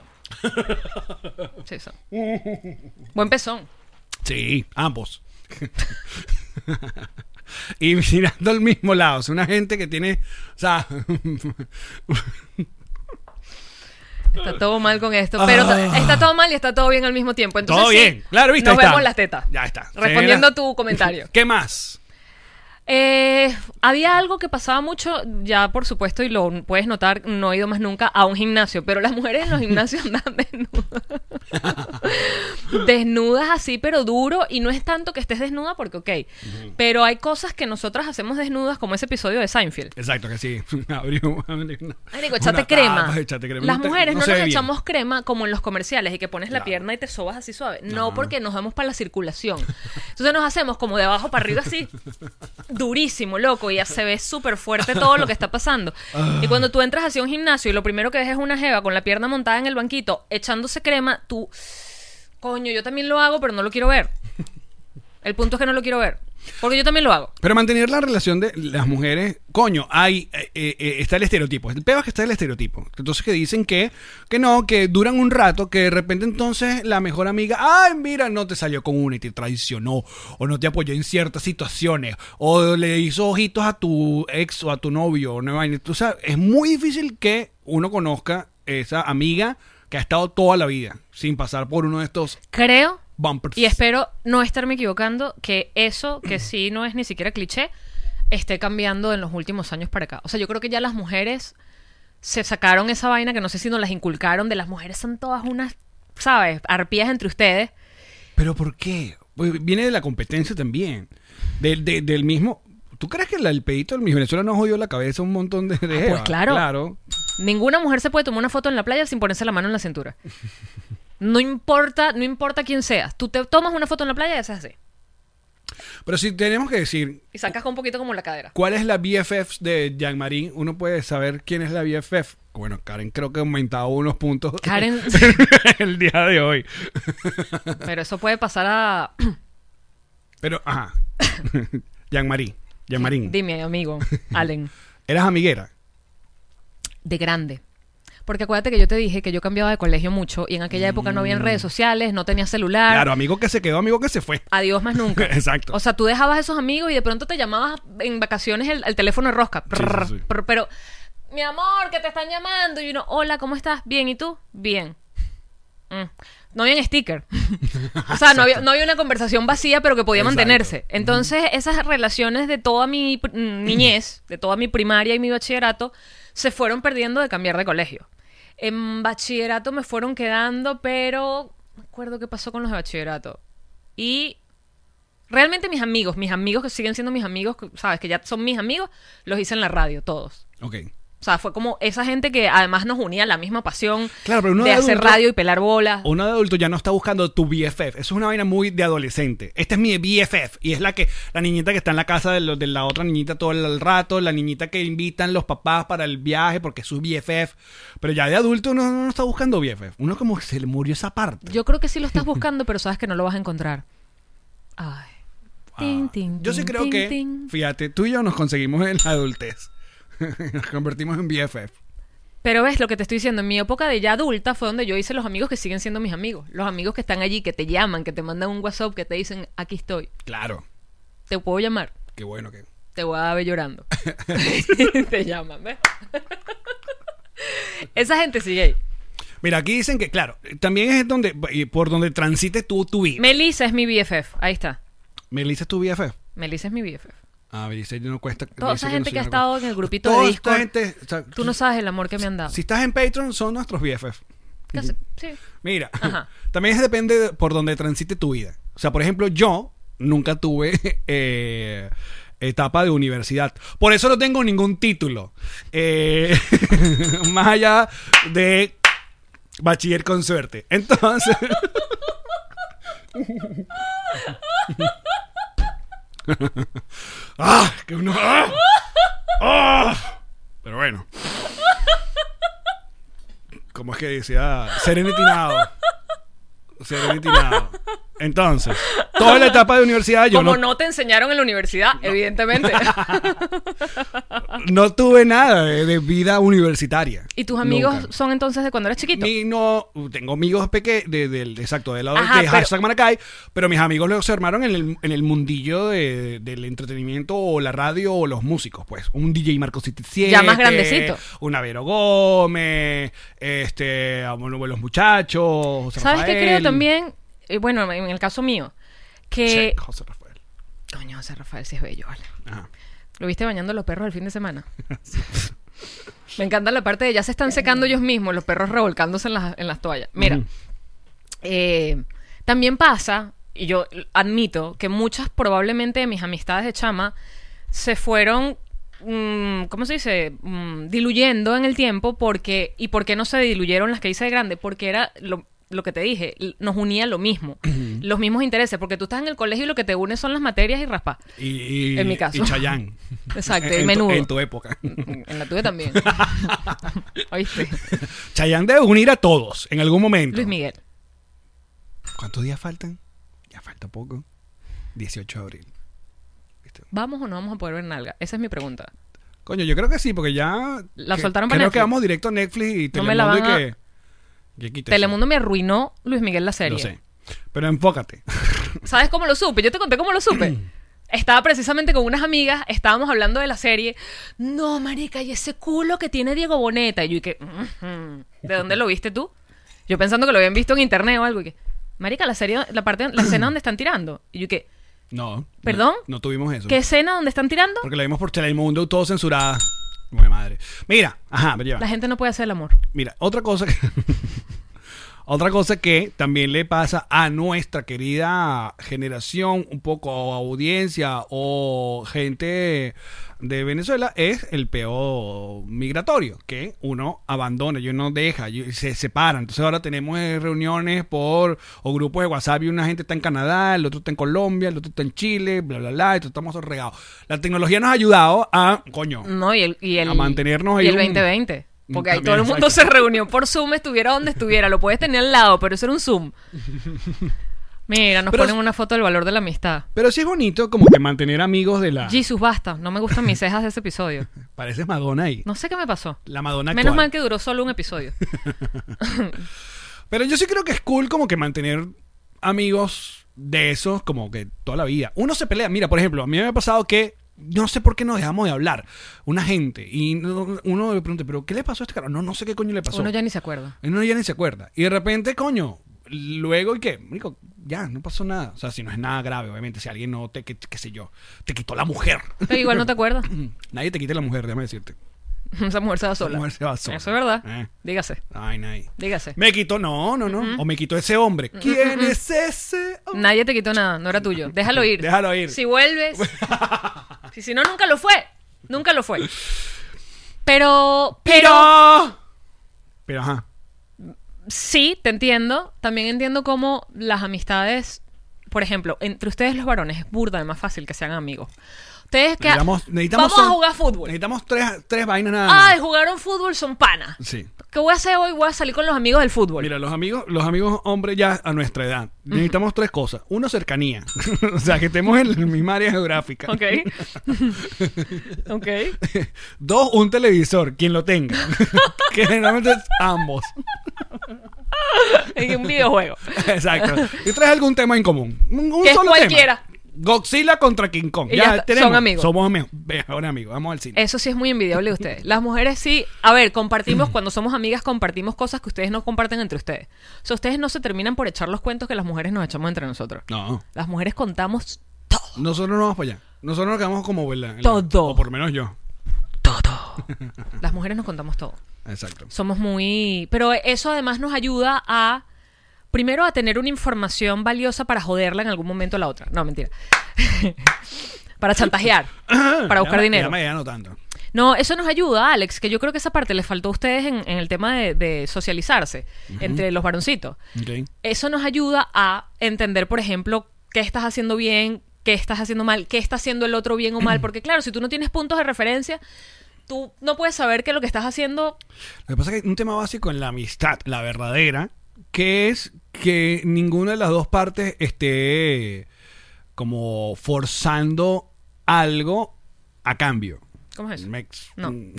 [SPEAKER 2] Sí, son. Buen pezón.
[SPEAKER 1] Sí, ambos. y mirando al mismo lado. Es una gente que tiene. O sea.
[SPEAKER 2] Está todo mal con esto. Pero
[SPEAKER 1] Ah.
[SPEAKER 2] está todo mal y está todo bien al mismo tiempo. Entonces,
[SPEAKER 1] todo
[SPEAKER 2] sí,
[SPEAKER 1] bien. Claro, viste.
[SPEAKER 2] Nos
[SPEAKER 1] Ahí está.
[SPEAKER 2] vemos las tetas.
[SPEAKER 1] Ya está.
[SPEAKER 2] Respondiendo
[SPEAKER 1] Sí,
[SPEAKER 2] a tu comentario.
[SPEAKER 1] ¿Qué más?
[SPEAKER 2] Eh, había algo que pasaba mucho, ya por supuesto, y lo puedes notar, no he ido más nunca a un gimnasio, pero las mujeres en los gimnasios andan desnudas. desnudas así, pero duro, y no es tanto que estés desnuda porque, ok, pero hay cosas que nosotras hacemos desnudas, como ese episodio de Seinfeld.
[SPEAKER 1] Exacto, que sí. Abrió. abrió una- una
[SPEAKER 2] Marico, échate
[SPEAKER 1] tapa,
[SPEAKER 2] crema.
[SPEAKER 1] échate crema.
[SPEAKER 2] Las
[SPEAKER 1] No te-
[SPEAKER 2] mujeres no,
[SPEAKER 1] se
[SPEAKER 2] nos
[SPEAKER 1] ve bien.
[SPEAKER 2] echamos crema como en los comerciales y que pones la
[SPEAKER 1] Claro.
[SPEAKER 2] pierna y te sobas así suave. No,
[SPEAKER 1] Ajá.
[SPEAKER 2] porque nos vamos para la circulación. Entonces nos hacemos como de abajo para arriba así, durísimo, loco, y ya se ve súper fuerte todo lo que está pasando.
[SPEAKER 1] Ah.
[SPEAKER 2] Y cuando tú entras hacia un gimnasio y lo primero que ves es una jeva con la pierna montada en el banquito echándose crema, tú, coño, yo también lo hago, pero no lo quiero ver. El punto es que no lo quiero ver. Porque yo también lo hago.
[SPEAKER 1] Pero mantener la relación de las mujeres, coño, hay eh, eh, eh, está el estereotipo. El peor es que está el estereotipo. Entonces que dicen que, que no, que duran un rato, que de repente entonces la mejor amiga, ay, mira, no te salió con una y te traicionó, o no te apoyó en ciertas situaciones, o le hizo ojitos a tu ex o a tu novio, o no vaina. Tú sabes, es muy difícil que uno conozca esa amiga que ha estado toda la vida sin pasar por uno de estos
[SPEAKER 2] Creo
[SPEAKER 1] bumpers.
[SPEAKER 2] Y espero no estarme equivocando que eso, que sí no es ni siquiera cliché, esté cambiando en los últimos años para acá. O sea, yo creo que ya las mujeres se sacaron esa vaina que no sé si nos las inculcaron de las mujeres son todas unas, ¿sabes? Arpías entre ustedes.
[SPEAKER 1] ¿Pero por qué? Pues viene de la competencia también. Del, de- del mismo. ¿Tú crees que la- el pedito del Miss Venezuela no jodió la cabeza a un montón de, de
[SPEAKER 2] Ah, pues
[SPEAKER 1] jevas?
[SPEAKER 2] claro.
[SPEAKER 1] Claro.
[SPEAKER 2] Ninguna mujer se puede tomar una foto en la playa sin ponerse la mano en la cintura. No importa, no importa quién seas. Tú te tomas una foto en la playa y haces así.
[SPEAKER 1] Pero si tenemos que decir
[SPEAKER 2] Y sacas un poquito como la cadera.
[SPEAKER 1] cuál es la BFF de Jean-Marie, uno puede saber quién es la BFF. Bueno, Karen creo que ha aumentado unos puntos
[SPEAKER 2] Karen,
[SPEAKER 1] el día de hoy.
[SPEAKER 2] pero eso puede pasar a...
[SPEAKER 1] Pero, ajá. Jean-Marie. Jean-Marie.
[SPEAKER 2] Dime, amigo, Allen.
[SPEAKER 1] Eras amiguera.
[SPEAKER 2] de grande. Porque acuérdate que yo te dije que yo cambiaba de colegio mucho y en aquella época no había redes sociales, no tenía celular.
[SPEAKER 1] Mm. Claro, amigo que se quedó, amigo que se fue.
[SPEAKER 2] Adiós más nunca.
[SPEAKER 1] Exacto.
[SPEAKER 2] O sea, tú dejabas a esos amigos y de pronto te llamabas en vacaciones el, el teléfono de rosca.
[SPEAKER 1] Sí, sí, sí.
[SPEAKER 2] Prr, Pero, mi amor, que te están llamando. Y uno, hola, ¿cómo estás? Bien, ¿y tú? Bien. Mm. No había un sticker. o sea, no había, no había una conversación vacía, pero que podía
[SPEAKER 1] Exacto.
[SPEAKER 2] mantenerse. Entonces, esas relaciones de toda mi pr- mm, niñez, de toda mi primaria y mi bachillerato, se fueron perdiendo de cambiar de colegio. En bachillerato me fueron quedando, pero no me acuerdo qué pasó con los de bachillerato. Y realmente mis amigos, mis amigos que siguen siendo mis amigos, que, sabes, que ya son mis amigos, los hice en la radio, todos.
[SPEAKER 1] Ok.
[SPEAKER 2] O sea, fue como esa gente que además nos unía la misma pasión
[SPEAKER 1] Claro, pero uno
[SPEAKER 2] de
[SPEAKER 1] de
[SPEAKER 2] hacer
[SPEAKER 1] adulto-
[SPEAKER 2] radio y pelar bolas.
[SPEAKER 1] Uno de adulto ya no está buscando tu BFF. Eso es una vaina muy de adolescente. Esta es mi BFF. Y es la que la niñita que está en la casa de, lo- de la otra niñita todo el, rato. La niñita que invitan los papás para el viaje porque es su BFF. Pero ya de adulto uno no está buscando BFF. Uno como que se le murió esa parte.
[SPEAKER 2] Yo creo que sí lo estás buscando, pero sabes que no lo vas a encontrar. Ay.
[SPEAKER 1] Ah.
[SPEAKER 2] Tin, tin,
[SPEAKER 1] yo sí
[SPEAKER 2] tin,
[SPEAKER 1] creo
[SPEAKER 2] tin,
[SPEAKER 1] que,
[SPEAKER 2] tin.
[SPEAKER 1] fíjate, tú y yo nos conseguimos en la adultez. nos convertimos en BFF.
[SPEAKER 2] Pero ves lo que te estoy diciendo, en mi época de ya adulta fue donde yo hice los amigos que siguen siendo mis amigos, los amigos que están allí, que te llaman, que te mandan un WhatsApp, que te dicen, aquí estoy,
[SPEAKER 1] Claro.
[SPEAKER 2] te puedo llamar,
[SPEAKER 1] Qué bueno que...
[SPEAKER 2] te voy a ver llorando. te llaman, ¿ves? Esa gente sigue ahí.
[SPEAKER 1] Mira, aquí dicen que, claro, también es donde, y por donde transites tú tu vida.
[SPEAKER 2] Melissa es mi BFF. Ahí está.
[SPEAKER 1] Melissa es tu BFF.
[SPEAKER 2] Melissa es mi BFF.
[SPEAKER 1] Ah, Melissa no cuesta.
[SPEAKER 2] Toda
[SPEAKER 1] dice
[SPEAKER 2] esa gente
[SPEAKER 1] no
[SPEAKER 2] que ha
[SPEAKER 1] se-
[SPEAKER 2] estado en el grupito
[SPEAKER 1] Toda
[SPEAKER 2] de
[SPEAKER 1] esta
[SPEAKER 2] Discord.
[SPEAKER 1] gente, o sea,
[SPEAKER 2] Tú no sabes el amor que me han dado.
[SPEAKER 1] Si estás en Patreon, son nuestros BFF.
[SPEAKER 2] Casi- sí.
[SPEAKER 1] Mira,
[SPEAKER 2] Ajá.
[SPEAKER 1] también es depende de por donde transite tu vida. O sea, por ejemplo, yo nunca tuve eh, etapa de universidad. Por eso no tengo ningún título. Eh, más allá de bachiller con suerte. Entonces... ¡Ah! ¡Que uno! ¡Ah! ¡Ah! Pero bueno. ¿Cómo es que ah, decía? Serenity Now. Serenity Now. Entonces, toda la etapa de universidad yo
[SPEAKER 2] Como
[SPEAKER 1] no,
[SPEAKER 2] no... te enseñaron en la universidad, evidentemente.
[SPEAKER 1] no tuve nada de, de vida universitaria.
[SPEAKER 2] ¿Y tus amigos
[SPEAKER 1] Nunca.
[SPEAKER 2] son entonces de cuando eras chiquito?
[SPEAKER 1] Ni no, tengo amigos pequeños, de, del- exacto, del lado
[SPEAKER 2] Ajá,
[SPEAKER 1] de
[SPEAKER 2] pero-
[SPEAKER 1] hashtag Maracay, pero mis amigos los armaron en el, en el mundillo de- del entretenimiento o la radio o los músicos, pues. Un DJ Marco 77.
[SPEAKER 2] Ya más grandecito.
[SPEAKER 1] Un Avero Gómez, este, a uno de los muchachos. José
[SPEAKER 2] ¿Sabes qué creo
[SPEAKER 1] Rafael.
[SPEAKER 2] también? Eh, bueno, en el caso mío, que...
[SPEAKER 1] Check, José Rafael.
[SPEAKER 2] Coño, José Rafael sí es bello, vale.
[SPEAKER 1] Ajá.
[SPEAKER 2] ¿Lo viste bañando a los perros el fin de semana? Me encanta la parte de ya se están secando ellos mismos, los perros revolcándose en las, en las toallas. Mira, eh, también pasa, y yo admito, que muchas probablemente de mis amistades de chama se fueron, mm, ¿cómo se dice?, Mm, diluyendo en el tiempo porque, y por qué no se diluyeron las que hice de grande, porque era lo, lo que te dije, l- nos unía lo mismo, los mismos intereses, porque tú estás en el colegio y lo que te une son las materias y raspa.
[SPEAKER 1] Y, y-
[SPEAKER 2] En mi caso.
[SPEAKER 1] Y Chayán.
[SPEAKER 2] Exacto,
[SPEAKER 1] En
[SPEAKER 2] el
[SPEAKER 1] tu-
[SPEAKER 2] menudo.
[SPEAKER 1] en tu época.
[SPEAKER 2] En la tuya también. ¿Oíste?
[SPEAKER 1] Chayán debe unir a todos en algún momento.
[SPEAKER 2] Luis Miguel.
[SPEAKER 1] ¿Cuántos días faltan? Ya falta poco. 18 de abril.
[SPEAKER 2] ¿Vamos o no vamos a poder ver Nalga? Esa es mi pregunta.
[SPEAKER 1] Coño, yo creo que sí, porque ya.
[SPEAKER 2] La
[SPEAKER 1] que-
[SPEAKER 2] soltaron
[SPEAKER 1] creo
[SPEAKER 2] para
[SPEAKER 1] que
[SPEAKER 2] Netflix.
[SPEAKER 1] vamos directo a Netflix y
[SPEAKER 2] No
[SPEAKER 1] Telemundo
[SPEAKER 2] me la
[SPEAKER 1] y
[SPEAKER 2] van
[SPEAKER 1] que. que quita eso.
[SPEAKER 2] Telemundo me arruinó Luis Miguel la
[SPEAKER 1] Lo
[SPEAKER 2] serie.
[SPEAKER 1] sé. Pero enfócate.
[SPEAKER 2] ¿Sabes cómo lo supe? Yo te conté cómo lo supe. Estaba precisamente con unas amigas, estábamos hablando de la serie. No, marica, y ese culo que tiene Diego Boneta. Y yo y que, "Ujú, ¿de dónde lo viste tú? Yo pensando que lo habían visto en internet o algo. Y que, marica, la serie, la parte, la escena donde están tirando. Y yo y que,
[SPEAKER 1] No.
[SPEAKER 2] ¿Perdón?
[SPEAKER 1] No, no tuvimos eso.
[SPEAKER 2] ¿qué escena donde están tirando?
[SPEAKER 1] Porque la vimos por Telemundo todo censurada. Muy madre. Mira, ajá, me lleva.
[SPEAKER 2] La gente no puede hacer el amor.
[SPEAKER 1] Mira, otra cosa que, otra cosa que también le pasa a nuestra querida generación, un poco audiencia o gente de Venezuela es el peo migratorio, que uno abandona, yo no deja, yo- se separa. Entonces ahora tenemos eh, reuniones por o grupos de WhatsApp y una gente está en Canadá, el otro está en Colombia, el otro está en Chile, bla bla bla, y todos estamos regados. La tecnología nos ha ayudado a, coño,
[SPEAKER 2] No, y el, y el,
[SPEAKER 1] A mantenernos ahí
[SPEAKER 2] y el
[SPEAKER 1] un-
[SPEAKER 2] 2020. Porque ahí
[SPEAKER 1] También,
[SPEAKER 2] todo el mundo se
[SPEAKER 1] exacto.
[SPEAKER 2] reunió por Zoom, estuviera donde estuviera. Lo puedes tener al lado, pero eso era un Zoom. Mira, nos
[SPEAKER 1] Pero
[SPEAKER 2] ponen
[SPEAKER 1] es-
[SPEAKER 2] una foto del valor de la amistad.
[SPEAKER 1] pero sí es bonito como que mantener amigos de la
[SPEAKER 2] Jesus, basta. No me gustan mis cejas de ese episodio.
[SPEAKER 1] Pareces Madonna ahí.
[SPEAKER 2] No sé qué me pasó.
[SPEAKER 1] La Madonna actual.
[SPEAKER 2] Menos mal que duró solo un episodio.
[SPEAKER 1] Pero yo sí creo que es cool como que mantener amigos de esos como que toda la vida. Uno se pelea. Mira, por ejemplo, a mí me ha pasado que no sé por qué nos dejamos de hablar. Una gente. Y no- uno le pregunta, ¿pero qué le pasó a este caro? No, no sé qué coño le pasó.
[SPEAKER 2] Uno ya ni se acuerda.
[SPEAKER 1] Uno ya ni se acuerda. Y de repente, coño, luego, ¿y qué? Marico, ya, no pasó nada. O sea, si no es nada grave, obviamente. Si alguien no te, qué, qué sé yo, te quitó la mujer.
[SPEAKER 2] Pero igual no te acuerdas.
[SPEAKER 1] Nadie te quita la mujer, déjame decirte.
[SPEAKER 2] Esa mujer se va sola.
[SPEAKER 1] mujer se va sola.
[SPEAKER 2] Eso es verdad.
[SPEAKER 1] Eh.
[SPEAKER 2] Dígase,
[SPEAKER 1] Ay, nadie.
[SPEAKER 2] dígase.
[SPEAKER 1] Me quitó, no, no, no. O me quitó ese hombre. ¿Quién es ese hombre?
[SPEAKER 2] Nadie te quitó nada, no era tuyo. Déjalo ir.
[SPEAKER 1] Déjalo ir.
[SPEAKER 2] Si vuelves. si, si no, nunca lo fue. Nunca lo fue. Pero, pero.
[SPEAKER 1] Pero ajá.
[SPEAKER 2] Sí, te entiendo. También entiendo cómo las amistades. Por ejemplo, entre ustedes los varones es burda de más fácil que sean amigos. Ustedes que.
[SPEAKER 1] Necesitamos, necesitamos
[SPEAKER 2] vamos a
[SPEAKER 1] son-
[SPEAKER 2] jugar fútbol.
[SPEAKER 1] Necesitamos tres, tres vainas nada más.
[SPEAKER 2] Ay, jugaron fútbol, son panas.
[SPEAKER 1] Sí.
[SPEAKER 2] ¿Qué voy a hacer hoy? Voy a salir con los amigos del fútbol.
[SPEAKER 1] Mira, los amigos, los amigos hombres ya a nuestra edad. Necesitamos tres cosas. Uno, cercanía. o sea, que estemos en la misma área geográfica.
[SPEAKER 2] Ok. ok.
[SPEAKER 1] Dos, un televisor, quien lo tenga. que generalmente es ambos.
[SPEAKER 2] En un videojuego.
[SPEAKER 1] Exacto. Y tres, algún tema en común. Un, un
[SPEAKER 2] que es
[SPEAKER 1] solo tema.
[SPEAKER 2] cualquiera.
[SPEAKER 1] Godzilla contra King Kong.
[SPEAKER 2] Y
[SPEAKER 1] Ya,
[SPEAKER 2] ya está,
[SPEAKER 1] tenemos.
[SPEAKER 2] son amigos.
[SPEAKER 1] Somos amigos. Mejor amigos. Vamos al cine.
[SPEAKER 2] Eso sí es muy envidiable de ustedes. Las mujeres sí, a ver, compartimos, cuando somos amigas, compartimos cosas que ustedes no comparten entre ustedes. O sea, ustedes no se terminan por echar los cuentos que las mujeres nos echamos entre nosotros.
[SPEAKER 1] No.
[SPEAKER 2] Las mujeres contamos todo,
[SPEAKER 1] Nosotros no vamos para allá. Nosotros nos quedamos como vela.
[SPEAKER 2] Todo.
[SPEAKER 1] O por lo menos yo.
[SPEAKER 2] todo. Las mujeres nos contamos todo.
[SPEAKER 1] Exacto.
[SPEAKER 2] Somos muy... Pero eso además nos ayuda a, primero, a tener una información valiosa para joderla en algún momento a la otra. No, mentira. para chantajear, para buscar
[SPEAKER 1] Ya me-
[SPEAKER 2] dinero.
[SPEAKER 1] Ya me ya no tanto.
[SPEAKER 2] No, eso nos ayuda, Alex, que yo creo que esa parte les faltó a ustedes en, en el tema de, de socializarse entre los varoncitos.
[SPEAKER 1] Ok.
[SPEAKER 2] Eso nos ayuda a entender, por ejemplo, qué estás haciendo bien, qué estás haciendo mal, qué está haciendo el otro bien o mal, porque claro, si tú no tienes puntos de referencia, tú no puedes saber que lo que estás haciendo...
[SPEAKER 1] Lo que pasa es que hay un tema básico en la amistad, la verdadera, que es que ninguna de las dos partes esté como forzando algo a cambio.
[SPEAKER 2] ¿Cómo es eso?
[SPEAKER 1] Me ex-
[SPEAKER 2] No. No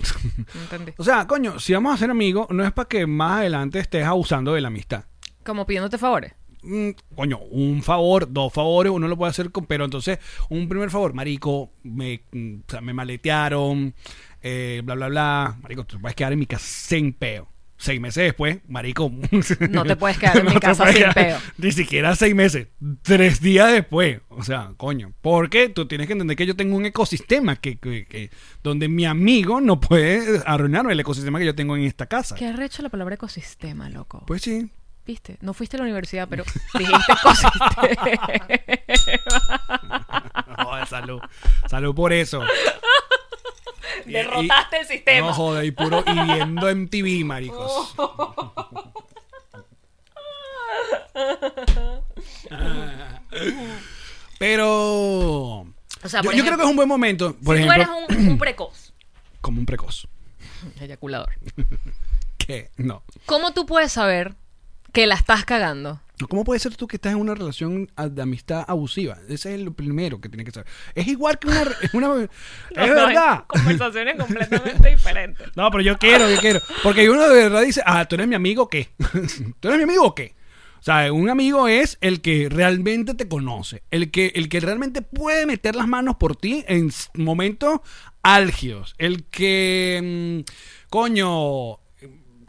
[SPEAKER 2] entendí.
[SPEAKER 1] o sea, coño, si vamos a ser amigos, no es para que más adelante estés abusando de la amistad.
[SPEAKER 2] Como pidiéndote favores.
[SPEAKER 1] Mm, coño, un favor, dos favores, uno lo puede hacer con, pero entonces, un primer favor, marico, me, mm, o sea, me maletearon, eh, bla, bla, bla, marico, tú te puedes quedar en mi casa sin peo. Seis meses después, marico.
[SPEAKER 2] No te puedes quedar en mi
[SPEAKER 1] te
[SPEAKER 2] casa
[SPEAKER 1] puedes
[SPEAKER 2] sin
[SPEAKER 1] quedar-
[SPEAKER 2] peo.
[SPEAKER 1] Ni siquiera seis meses. Tres días después. O sea, coño. Porque tú tienes que entender que yo tengo un ecosistema que, que- que- donde mi amigo no puede arruinarme el ecosistema que yo tengo en esta casa.
[SPEAKER 2] ¿Qué ha hecho la palabra ecosistema, loco?
[SPEAKER 1] Pues sí.
[SPEAKER 2] Viste, no fuiste a la universidad, pero dijiste ecosistema.
[SPEAKER 1] Joder, salud. Salud por eso. Y- y-
[SPEAKER 2] Derrotaste el sistema.
[SPEAKER 1] No joder, y puro y viendo MTV, maricos. Pero
[SPEAKER 2] O sea,
[SPEAKER 1] yo,
[SPEAKER 2] por
[SPEAKER 1] yo
[SPEAKER 2] ejemplo,
[SPEAKER 1] creo que es un buen momento, por
[SPEAKER 2] si
[SPEAKER 1] ejemplo,
[SPEAKER 2] tú eres un, un precoz,
[SPEAKER 1] como un precoz.
[SPEAKER 2] eyaculador,
[SPEAKER 1] ¿Qué? No.
[SPEAKER 2] ¿cómo tú puedes saber que la estás cagando?
[SPEAKER 1] ¿Cómo puede ser tú que estás en una relación a- de amistad abusiva? Ese es lo primero que tienes que saber. Es igual que una... re- una- es verdad.
[SPEAKER 2] conversaciones completamente diferentes.
[SPEAKER 1] No, pero yo quiero, yo quiero. Porque uno de verdad dice, ah, tú eres mi amigo o qué. ¿Tú eres mi amigo o qué? O sea, un amigo es el que realmente te conoce, el que, el que realmente puede meter las manos por ti en s- momentos álgidos, el que, mm, coño,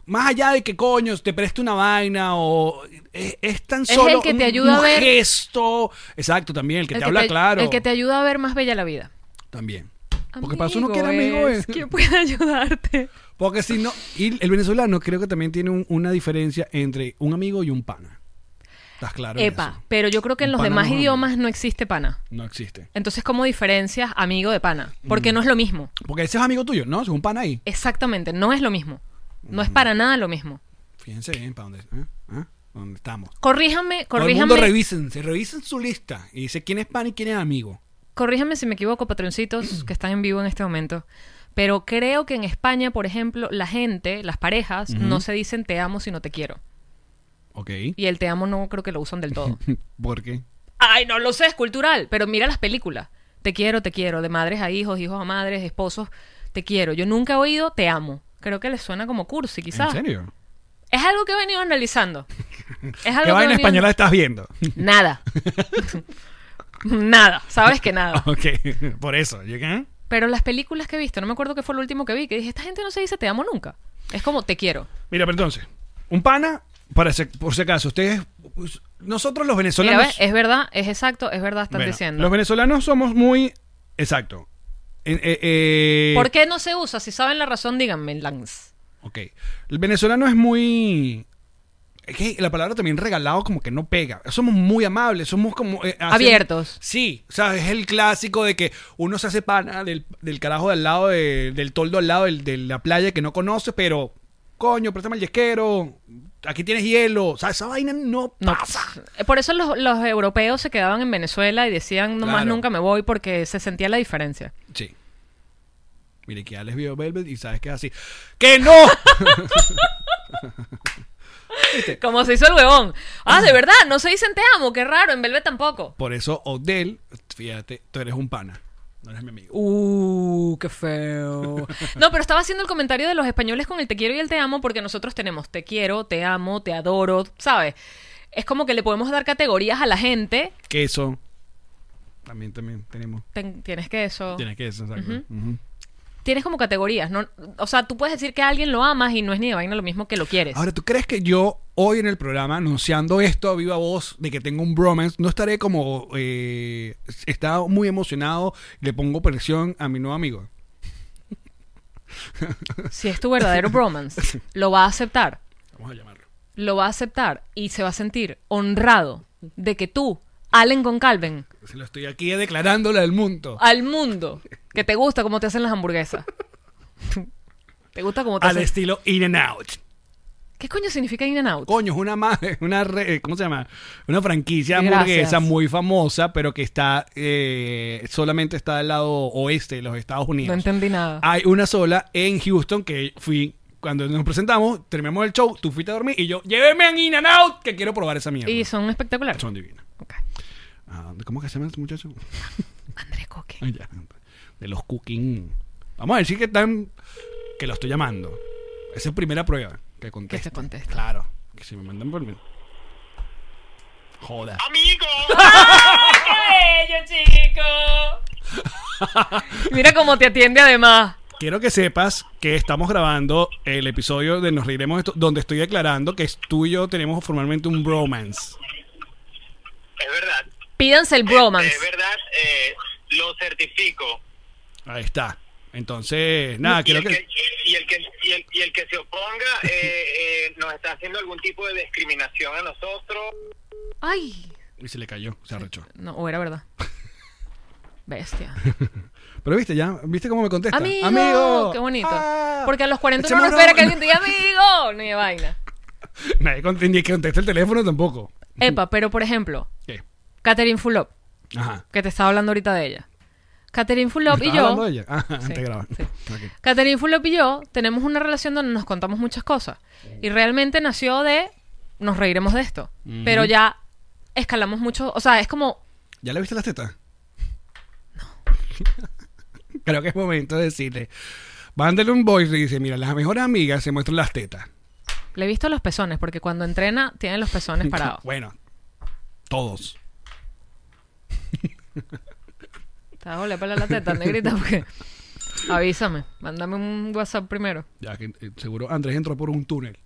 [SPEAKER 1] más allá de que coño te preste una vaina o es, es tan
[SPEAKER 2] el
[SPEAKER 1] solo
[SPEAKER 2] que
[SPEAKER 1] un-
[SPEAKER 2] te ayuda a
[SPEAKER 1] un
[SPEAKER 2] ver-
[SPEAKER 1] gesto, exacto, también el que te habla claro,
[SPEAKER 2] El que te ayuda a ver más bella la vida.
[SPEAKER 1] también. Porque para eso uno quiere amigo eh.
[SPEAKER 2] amigos
[SPEAKER 1] es-
[SPEAKER 2] Que puede ayudarte.
[SPEAKER 1] Porque si no, y el venezolano creo que también tiene un- una diferencia entre un amigo y un pana. ¿Estás claro? en
[SPEAKER 2] Epa,
[SPEAKER 1] eso?
[SPEAKER 2] pero yo creo que en
[SPEAKER 1] Un
[SPEAKER 2] los
[SPEAKER 1] pana
[SPEAKER 2] demás
[SPEAKER 1] no es
[SPEAKER 2] idiomas no existe pana.
[SPEAKER 1] No existe.
[SPEAKER 2] Entonces, ¿cómo diferencias amigo de pana?
[SPEAKER 1] Mm.
[SPEAKER 2] Porque no es lo mismo.
[SPEAKER 1] Porque ese es amigo tuyo, ¿no? Es un pana ahí.
[SPEAKER 2] Exactamente, no es lo mismo. No
[SPEAKER 1] Mm.
[SPEAKER 2] es para nada lo mismo.
[SPEAKER 1] Fíjense bien para dónde, ¿eh? ¿Ah? ¿Dónde estamos.
[SPEAKER 2] Corríjame,
[SPEAKER 1] Todo el mundo
[SPEAKER 2] corríjame,
[SPEAKER 1] revisen, se revisen su lista y dice quién es pana y quién es amigo.
[SPEAKER 2] corríjame si me equivoco, patroncitos que están en vivo en este momento. Pero creo que en España, por ejemplo, la gente, las parejas, no se dicen te amo si no te quiero.
[SPEAKER 1] Ok.
[SPEAKER 2] Y el te amo no creo que lo usan del todo.
[SPEAKER 1] ¿Por qué?
[SPEAKER 2] Ay, no lo sé, es cultural. Pero mira las películas. Te quiero, te quiero. De madres a hijos, hijos a madres, esposos. Te quiero. Yo nunca he oído te amo. Creo que les suena como cursi, quizás.
[SPEAKER 1] ¿En serio?
[SPEAKER 2] Es algo que he venido analizando. Es algo
[SPEAKER 1] ¿Qué
[SPEAKER 2] que he
[SPEAKER 1] vaina
[SPEAKER 2] venido-
[SPEAKER 1] española estás viendo?
[SPEAKER 2] Nada. nada. Sabes que nada.
[SPEAKER 1] ok, por eso. ¿Yo qué?
[SPEAKER 2] Pero las películas que he visto, no me acuerdo qué fue lo último que vi, que dije, esta gente no se dice te amo nunca. Es como te quiero.
[SPEAKER 1] Mira, pero entonces, un pana, para ese- por si acaso, ustedes, pues, nosotros los
[SPEAKER 2] Mira,
[SPEAKER 1] venezolanos...
[SPEAKER 2] ¿ves? es verdad, es exacto, es verdad, están
[SPEAKER 1] Bueno,
[SPEAKER 2] diciendo.
[SPEAKER 1] Los venezolanos somos muy. Exacto. En- eh, eh,
[SPEAKER 2] ¿Por qué no se usa? Si saben la razón, díganme, Lance.
[SPEAKER 1] Ok. El venezolano es muy. Es que la palabra también regalado como que no pega. Somos muy amables, somos como... eh, hacen-
[SPEAKER 2] Abiertos.
[SPEAKER 1] Sí, o sea, es el clásico de que uno se hace pana del, del carajo de al lado, de- del toldo al lado del- de la playa que no conoce, pero... Coño, préstame el yesquero, aquí tienes hielo. O sea, esa vaina no,
[SPEAKER 2] No.
[SPEAKER 1] pasa.
[SPEAKER 2] Eh, Por eso los, los europeos se quedaban en Venezuela y decían, nomás
[SPEAKER 1] Claro.
[SPEAKER 2] nunca me voy porque se sentía la diferencia.
[SPEAKER 1] Sí. Mire, que ya les vio Velvet y sabes que es así. ¡Que no!
[SPEAKER 2] Como se hizo el huevón. Ah, de verdad, no se dicen te amo, qué raro, en Belve tampoco.
[SPEAKER 1] Por eso, Odell, fíjate, tú eres un pana. No eres mi amigo.
[SPEAKER 2] Uh, qué feo. No, pero estaba haciendo el comentario de los españoles con el te quiero y el te amo porque nosotros tenemos te quiero, te amo, te adoro, ¿sabes? Es como que le podemos dar categorías a la gente
[SPEAKER 1] Queso. También, también tenemos.
[SPEAKER 2] Ten- tienes que eso.
[SPEAKER 1] Tienes que eso, exacto. Ujú.
[SPEAKER 2] Tienes como categorías, ¿no? O sea, tú puedes decir que a alguien lo amas y no es ni de vaina lo mismo que lo quieres.
[SPEAKER 1] Ahora, ¿tú crees que yo hoy en el programa, anunciando esto a viva voz de que tengo un bromance, no estaré como. Eh, está muy emocionado y le pongo presión a mi nuevo amigo?
[SPEAKER 2] Si es tu verdadero bromance, lo va a aceptar.
[SPEAKER 1] Vamos a llamarlo.
[SPEAKER 2] Lo va a aceptar y se va a sentir honrado de que tú, Allen con Calvin,
[SPEAKER 1] Se lo estoy aquí declarándole al mundo.
[SPEAKER 2] al mundo, que te gusta cómo te hacen las hamburguesas. ¿Te gusta cómo te
[SPEAKER 1] Al
[SPEAKER 2] hacen?
[SPEAKER 1] estilo In and Out.
[SPEAKER 2] ¿Qué coño significa In and Out?
[SPEAKER 1] Coño, es una, ma- una re- ¿cómo se llama? Una franquicia
[SPEAKER 2] Gracias.
[SPEAKER 1] hamburguesa muy famosa, pero que está eh, solamente está del lado oeste de los Estados Unidos.
[SPEAKER 2] No entendí nada.
[SPEAKER 1] Hay una sola en Houston que fui cuando nos presentamos, terminamos el show, tú fuiste a dormir y yo, lléveme a In and Out que quiero probar esa mierda.
[SPEAKER 2] Y son espectaculares.
[SPEAKER 1] Son divinas.
[SPEAKER 2] Ok.
[SPEAKER 1] Ah, ¿Cómo que se llama ese muchacho?
[SPEAKER 2] Andrés Coque.
[SPEAKER 1] Ay, ya. De los cooking. Vamos a decir que están. que lo estoy llamando. Esa es primera prueba. Que conteste.
[SPEAKER 2] Que te conteste.
[SPEAKER 1] Claro. Que si me mandan por. Joda.
[SPEAKER 5] Amigo,
[SPEAKER 2] bello, chico! Mira cómo te atiende además.
[SPEAKER 1] Quiero que sepas que estamos grabando el episodio de Nos Reiremos de esto, donde estoy declarando que es- tú y yo tenemos formalmente un bromance.
[SPEAKER 5] es verdad.
[SPEAKER 2] Pídanse el
[SPEAKER 5] Es
[SPEAKER 2] bromance.
[SPEAKER 5] verdad, eh, lo certifico.
[SPEAKER 1] Ahí está. Entonces, nada,
[SPEAKER 5] y,
[SPEAKER 1] quiero
[SPEAKER 5] el que,
[SPEAKER 1] que.
[SPEAKER 5] y, el que, y, el, y el que se oponga eh, eh, nos está haciendo algún tipo de discriminación a nosotros.
[SPEAKER 2] Ay.
[SPEAKER 1] Y se le cayó, se arrechó.
[SPEAKER 2] No, o era verdad. Bestia.
[SPEAKER 1] Pero viste, ya, viste cómo me contesta.
[SPEAKER 2] Amigo, Qué bonito.
[SPEAKER 1] Ah.
[SPEAKER 2] Porque a los 40 uno no
[SPEAKER 1] Echemos
[SPEAKER 2] espera que
[SPEAKER 1] broma.
[SPEAKER 2] alguien te diga amigo. Ni de vaina.
[SPEAKER 1] Nadie contesta, ni que conteste el teléfono tampoco.
[SPEAKER 2] Epa, pero por ejemplo,
[SPEAKER 1] ¿Qué?
[SPEAKER 2] Catherine Fulop,
[SPEAKER 1] Ajá.
[SPEAKER 2] que te estaba hablando ahorita de ella. Catherine Fulop
[SPEAKER 1] ¿Me
[SPEAKER 2] y
[SPEAKER 1] estás
[SPEAKER 2] yo.
[SPEAKER 1] hablando de ella? Ah, antes de grabar.
[SPEAKER 2] sí.
[SPEAKER 1] Ok.
[SPEAKER 2] Catherine Fulop y yo tenemos una relación donde nos contamos muchas cosas. Y realmente nació de. Nos reiremos de esto. Pero ya escalamos mucho. O sea, es como.
[SPEAKER 1] ¿Ya le viste las tetas? No. Creo que es momento de decirle. Mándale un voice y dice, mira, las mejores amigas se muestran las tetas.
[SPEAKER 2] Le he visto los pezones, porque cuando entrena tiene los pezones parados.
[SPEAKER 1] Bueno, todos.
[SPEAKER 2] Te hago la pela la teta, negrita, porque. Avísame, mándame un WhatsApp primero.
[SPEAKER 1] Ya que eh, seguro Andrés entró por un túnel.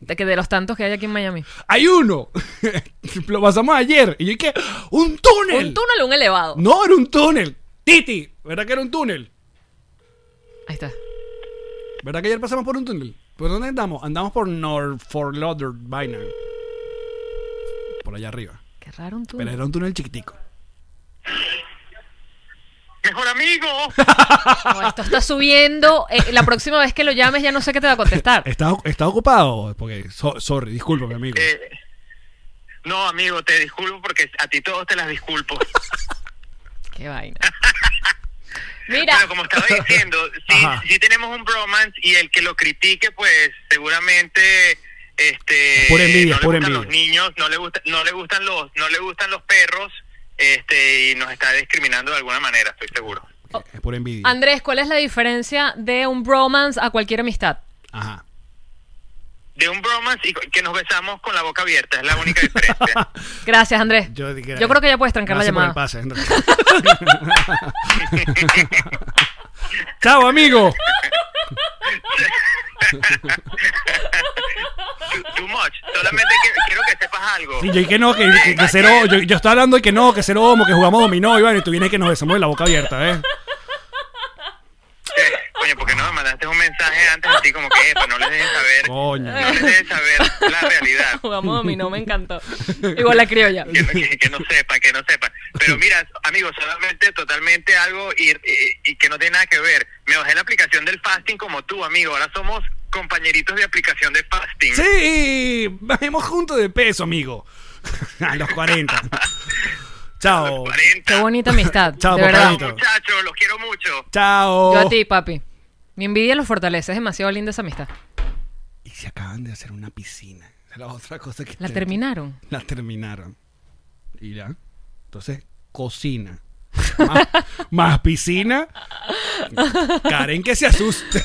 [SPEAKER 2] De que de los tantos que hay aquí en Miami.
[SPEAKER 1] ¡Hay uno! Lo pasamos ayer. Y yo ¿qué? ¡Un túnel!
[SPEAKER 2] Un túnel o un elevado.
[SPEAKER 1] No, era un túnel. Titi, ¿verdad que era un túnel?
[SPEAKER 2] Ahí está.
[SPEAKER 1] ¿Verdad que ayer pasamos por un túnel? ¿Por dónde andamos? Andamos por North Fort Lauderdale. Por allá arriba.
[SPEAKER 2] Qué raro un
[SPEAKER 1] Pero
[SPEAKER 2] túnel.
[SPEAKER 1] era un túnel chiquitico.
[SPEAKER 5] Mejor amigo.
[SPEAKER 2] No, esto está subiendo. eh, la próxima vez que lo llames ya no sé qué te va a contestar.
[SPEAKER 1] ¿Está, está ocupado? Porque, so- sorry, discúlpame, amigo.
[SPEAKER 5] Eh, no, amigo, te disculpo porque a ti todos te las disculpo.
[SPEAKER 2] Qué vaina. Mira,
[SPEAKER 5] Bueno, como estaba diciendo, sí,
[SPEAKER 1] Ajá.
[SPEAKER 5] sí tenemos un bromance y el que lo critique, pues seguramente este
[SPEAKER 1] Por envidia,
[SPEAKER 5] no le
[SPEAKER 1] por
[SPEAKER 5] gustan
[SPEAKER 1] envidia.
[SPEAKER 5] los niños, no le gusta, no le gustan los, no le gustan los perros, este y nos está discriminando de alguna manera, estoy seguro.
[SPEAKER 1] Es por envidia.
[SPEAKER 2] Andrés, ¿cuál es la diferencia de un bromance a cualquier amistad?
[SPEAKER 1] Ajá.
[SPEAKER 5] De un bromance y que nos besamos con la boca abierta, es la única diferencia.
[SPEAKER 2] Gracias, Andrés. Yo,
[SPEAKER 1] Yo, dije-
[SPEAKER 2] creo que ya puedes trancar la
[SPEAKER 1] Gracias por el
[SPEAKER 2] llamada.
[SPEAKER 1] pase, Andrés. Chao, amigo.
[SPEAKER 5] Too much. Solamente que- quiero que sepas algo.
[SPEAKER 1] Sí, yo y que no, que, que, que cero. Yo, yo estaba hablando de que no, que cero homo, que jugamos dominó, Iván, y tú vienes que nos besamos de la boca abierta, ¿ves?
[SPEAKER 5] Eh, Coño, porque no me mandaste un mensaje antes así como que "Epa, no les dejes saber,
[SPEAKER 1] Coño.
[SPEAKER 5] no les dejes saber la realidad.
[SPEAKER 2] Jugamos dominó, me encantó. Igual la criolla.
[SPEAKER 5] que, no- que- que no sepan, que no sepan. Pero mira, amigos, solamente totalmente algo y, y- y que no tiene nada que ver. Me bajé la aplicación del fasting como tú, amigo. Ahora somos compañeritos de aplicación de fasting.
[SPEAKER 1] Sí, bajemos juntos de peso, amigo. A los 40. Chao.
[SPEAKER 5] 40.
[SPEAKER 2] Qué bonita amistad.
[SPEAKER 1] Chao,
[SPEAKER 2] de verdad.
[SPEAKER 1] papá.
[SPEAKER 5] Muchachos, los quiero mucho.
[SPEAKER 1] Chao.
[SPEAKER 2] Yo a ti, papi. Mi envidia los fortalece. Es demasiado linda esa amistad.
[SPEAKER 1] Y se acaban de hacer una piscina. La otra cosa que.
[SPEAKER 2] La
[SPEAKER 1] te-
[SPEAKER 2] terminaron.
[SPEAKER 1] La terminaron. Y ya. Entonces, cocina. Más, más piscina. Karen que se asuste.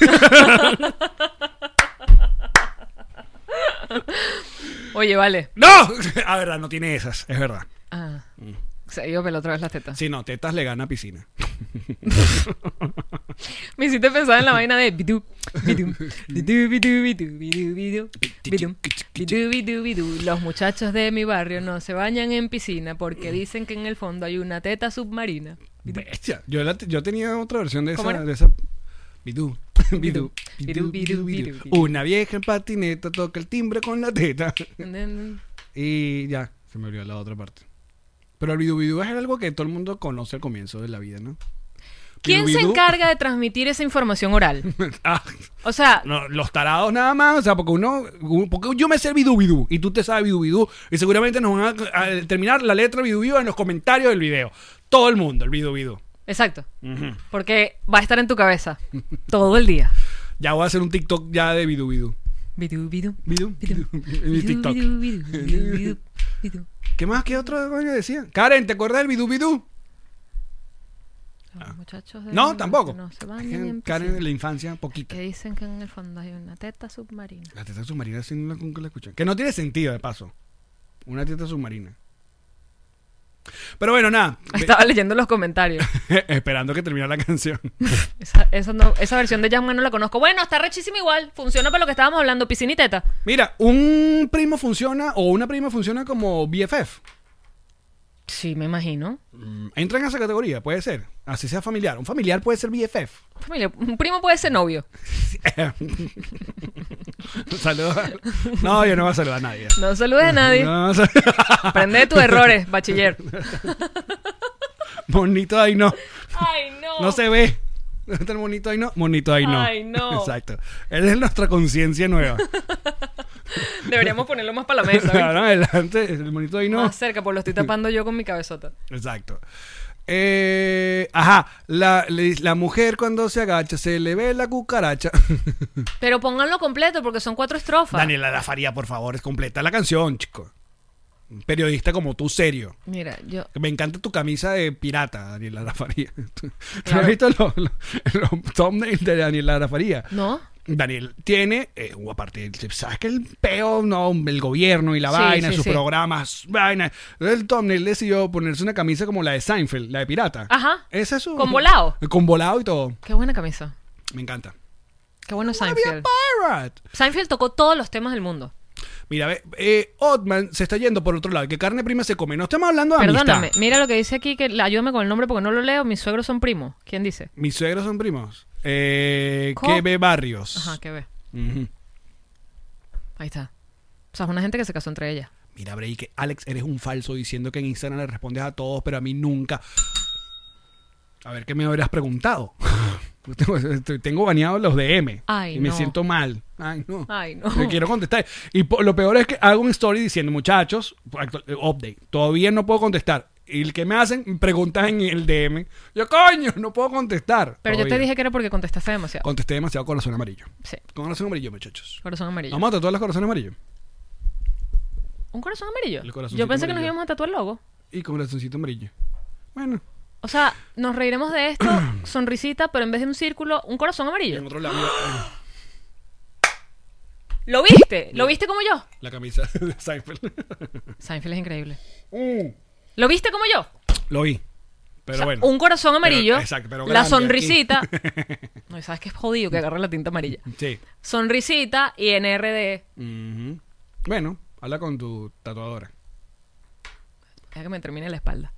[SPEAKER 2] Oye, vale.
[SPEAKER 1] ¡No! A verdad, no tiene esas, es verdad.
[SPEAKER 2] Ah, Se dio pelo otra vez las tetas.
[SPEAKER 1] Si no, tetas le gana piscina.
[SPEAKER 2] Me hiciste pensar en la vaina de bidú, bidú, bidú, bidú, bidú, bidú, bidú, bidú, bidú, bidú, bidú. Los muchachos de mi barrio no se bañan en piscina porque
[SPEAKER 1] Mm.
[SPEAKER 2] dicen que en el fondo hay una teta submarina.
[SPEAKER 1] Bestia. Yo, la te- yo tenía otra versión de
[SPEAKER 2] ¿Cómo
[SPEAKER 1] esa.
[SPEAKER 2] era?
[SPEAKER 1] De esa... Bidú. Bidú, bidú,
[SPEAKER 2] Bidú, bidú,
[SPEAKER 1] bidú, bidú.
[SPEAKER 2] bidú.
[SPEAKER 1] Una vieja en patineta toca el timbre con la teta. Y ya, se me olvidó la otra parte. Pero el bidú bidú es algo que todo el mundo conoce al comienzo de la vida, ¿no?
[SPEAKER 2] ¿Quién
[SPEAKER 1] Bidú
[SPEAKER 2] se
[SPEAKER 1] bidú.
[SPEAKER 2] encarga de transmitir esa información oral?
[SPEAKER 1] Ah,
[SPEAKER 2] O sea,
[SPEAKER 1] no, los tarados nada más, o sea, porque uno, porque yo me sé el bidú bidú y tú te sabes bidú bidú y seguramente nos van a, a terminar la letra bidú bidú en los comentarios del video. Todo el mundo, el bidú bidú.
[SPEAKER 2] exacto. Porque va a estar en tu cabeza todo el día.
[SPEAKER 1] Ya voy a hacer un TikTok ya de bidú bidú.
[SPEAKER 2] Bidú, bidú,
[SPEAKER 1] Bidú,
[SPEAKER 2] bidú,
[SPEAKER 1] bidú, en mi
[SPEAKER 2] bidú,
[SPEAKER 1] TikTok.
[SPEAKER 2] bidú, bidú, bidú, bidú, bidú.
[SPEAKER 1] ¿Qué más? ¿Qué otro coño decía? Karen, ¿te acuerdas del bidú bidú?
[SPEAKER 2] Los muchachos de mi
[SPEAKER 1] Ah. No,
[SPEAKER 2] barrio
[SPEAKER 1] tampoco.
[SPEAKER 2] Eh, No se
[SPEAKER 1] Es que
[SPEAKER 2] bañan en
[SPEAKER 1] Karen
[SPEAKER 2] piscina.
[SPEAKER 1] en la infancia, poquita.
[SPEAKER 2] Que dicen que en el fondo hay una teta submarina.
[SPEAKER 1] La teta submarina sí no la, nunca la escuché. Que no tiene sentido, de paso. Una teta submarina. Pero bueno, nada.
[SPEAKER 2] Estaba leyendo los comentarios.
[SPEAKER 1] Esperando que terminara la canción.
[SPEAKER 2] Esa, esa no- esa versión de Jasmine no la conozco. Bueno, está rechísima igual. Funciona para lo que estábamos hablando, piscina y teta.
[SPEAKER 1] Mira, un primo funciona o una prima funciona como BFF.
[SPEAKER 2] Sí, me imagino.
[SPEAKER 1] Mm, Entra en esa categoría, puede ser. Así sea familiar. Un familiar puede ser BFF.
[SPEAKER 2] Familia, un primo puede ser novio.
[SPEAKER 1] Saluda. No, yo no voy a saludar a nadie.
[SPEAKER 2] No saludes a nadie.
[SPEAKER 1] No, no sal-
[SPEAKER 2] Aprende de tus errores, bachiller.
[SPEAKER 1] Monito ahí no.
[SPEAKER 2] Ay, no.
[SPEAKER 1] No se ve. ¿Dónde está el monito ahí no? Monito ahí no.
[SPEAKER 2] Ay, no.
[SPEAKER 1] Exacto. Él es nuestra conciencia nueva.
[SPEAKER 2] Deberíamos ponerlo más para la mesa. ¿viste?
[SPEAKER 1] Claro, adelante, el monito ahí no.
[SPEAKER 2] Más cerca, porque lo estoy tapando yo con mi cabezota.
[SPEAKER 1] Exacto. Eh, ajá, la, le- la mujer cuando se agacha se le ve la cucaracha.
[SPEAKER 2] Pero pónganlo completo porque son cuatro estrofas.
[SPEAKER 1] Daniela Lafaría, por favor, es completa la canción, chico. Un periodista como tú, serio.
[SPEAKER 2] Mira, yo.
[SPEAKER 1] Me encanta tu camisa de pirata, Daniela Lafaría. ¿Tú, tú
[SPEAKER 2] Claro.
[SPEAKER 1] has visto los, los, los thumbnails de Daniela Lafaría?
[SPEAKER 2] ¿No?
[SPEAKER 1] Daniel tiene, eh, u- aparte, sabes que el peo, no, el gobierno y la
[SPEAKER 2] Sí,
[SPEAKER 1] vaina,
[SPEAKER 2] sí,
[SPEAKER 1] sus
[SPEAKER 2] sí.
[SPEAKER 1] programas, vaina. El thumbnail decidió ponerse una camisa como la de Seinfeld, la de pirata.
[SPEAKER 2] Ajá.
[SPEAKER 1] Esa es su.
[SPEAKER 2] Con volado.
[SPEAKER 1] Con volado y todo.
[SPEAKER 2] Qué buena camisa.
[SPEAKER 1] Me encanta.
[SPEAKER 2] Qué bueno
[SPEAKER 1] Había
[SPEAKER 2] Seinfeld.
[SPEAKER 1] Pirate.
[SPEAKER 2] Seinfeld tocó todos los temas del mundo.
[SPEAKER 1] Mira, ve, eh, Otman se está yendo por otro lado. ¿Qué carne prima se come? No estamos hablando de
[SPEAKER 2] Perdóname,
[SPEAKER 1] amistad.
[SPEAKER 2] mira lo que dice aquí, que la- ayúdame con el nombre porque no lo leo. Mis suegros son primos. ¿Quién dice?
[SPEAKER 1] Mis suegros son primos. Eh,
[SPEAKER 2] Co-
[SPEAKER 1] ¿Qué ve barrios?
[SPEAKER 2] Ajá, que ve.
[SPEAKER 1] Ujú.
[SPEAKER 2] Ahí está. O sea, es una gente que se casó entre ellas.
[SPEAKER 1] Mira, Bray, que Alex, eres un falso diciendo que en Instagram le respondes a todos, pero a mí nunca. A ver, ¿qué me habrás preguntado? Tengo- estoy- Tengo baneados los DM.
[SPEAKER 2] Ay,
[SPEAKER 1] y me
[SPEAKER 2] no.
[SPEAKER 1] siento mal. Ay, no.
[SPEAKER 2] Ay, no.
[SPEAKER 1] Me quiero contestar. Y po- lo peor es que hago un story diciendo, muchachos, actu- eh, update, todavía no puedo contestar. Y el que me hacen preguntas en el DM. Yo, coño, no puedo contestar.
[SPEAKER 2] Pero yo te
[SPEAKER 1] todavía.
[SPEAKER 2] dije que era porque contestaste demasiado.
[SPEAKER 1] Contesté demasiado corazón amarillo.
[SPEAKER 2] Sí,
[SPEAKER 1] Corazón amarillo, muchachos.
[SPEAKER 2] corazón amarillo.
[SPEAKER 1] Vamos a tatuar los corazones amarillos.
[SPEAKER 2] ¿Un corazón amarillo?
[SPEAKER 1] El
[SPEAKER 2] Yo
[SPEAKER 1] corazoncito
[SPEAKER 2] pensé que nos
[SPEAKER 1] amarillo.
[SPEAKER 2] íbamos a tatuar el logo.
[SPEAKER 1] Y con corazoncito amarillo. Bueno.
[SPEAKER 2] O sea, nos reiremos de esto, sonrisita, pero en vez de un círculo, un corazón
[SPEAKER 1] Y en
[SPEAKER 2] amarillo.
[SPEAKER 1] otro lado, mira, eh,
[SPEAKER 2] ¿Lo viste? ¿Lo viste como yo?
[SPEAKER 1] la camisa de Seinfeld.
[SPEAKER 2] Seinfeld es increíble.
[SPEAKER 1] Mm,
[SPEAKER 2] ¿Lo viste como yo?
[SPEAKER 1] Lo vi. Pero
[SPEAKER 2] O sea,
[SPEAKER 1] bueno.
[SPEAKER 2] Un corazón amarillo.
[SPEAKER 1] exacto, pero
[SPEAKER 2] la
[SPEAKER 1] grande
[SPEAKER 2] sonrisita. No, y sabes que es jodido que agarre la tinta amarilla.
[SPEAKER 1] Sí.
[SPEAKER 2] Sonrisita y NRD.
[SPEAKER 1] Ujú. Bueno, habla con tu tatuadora.
[SPEAKER 2] Deja que me termine la espalda.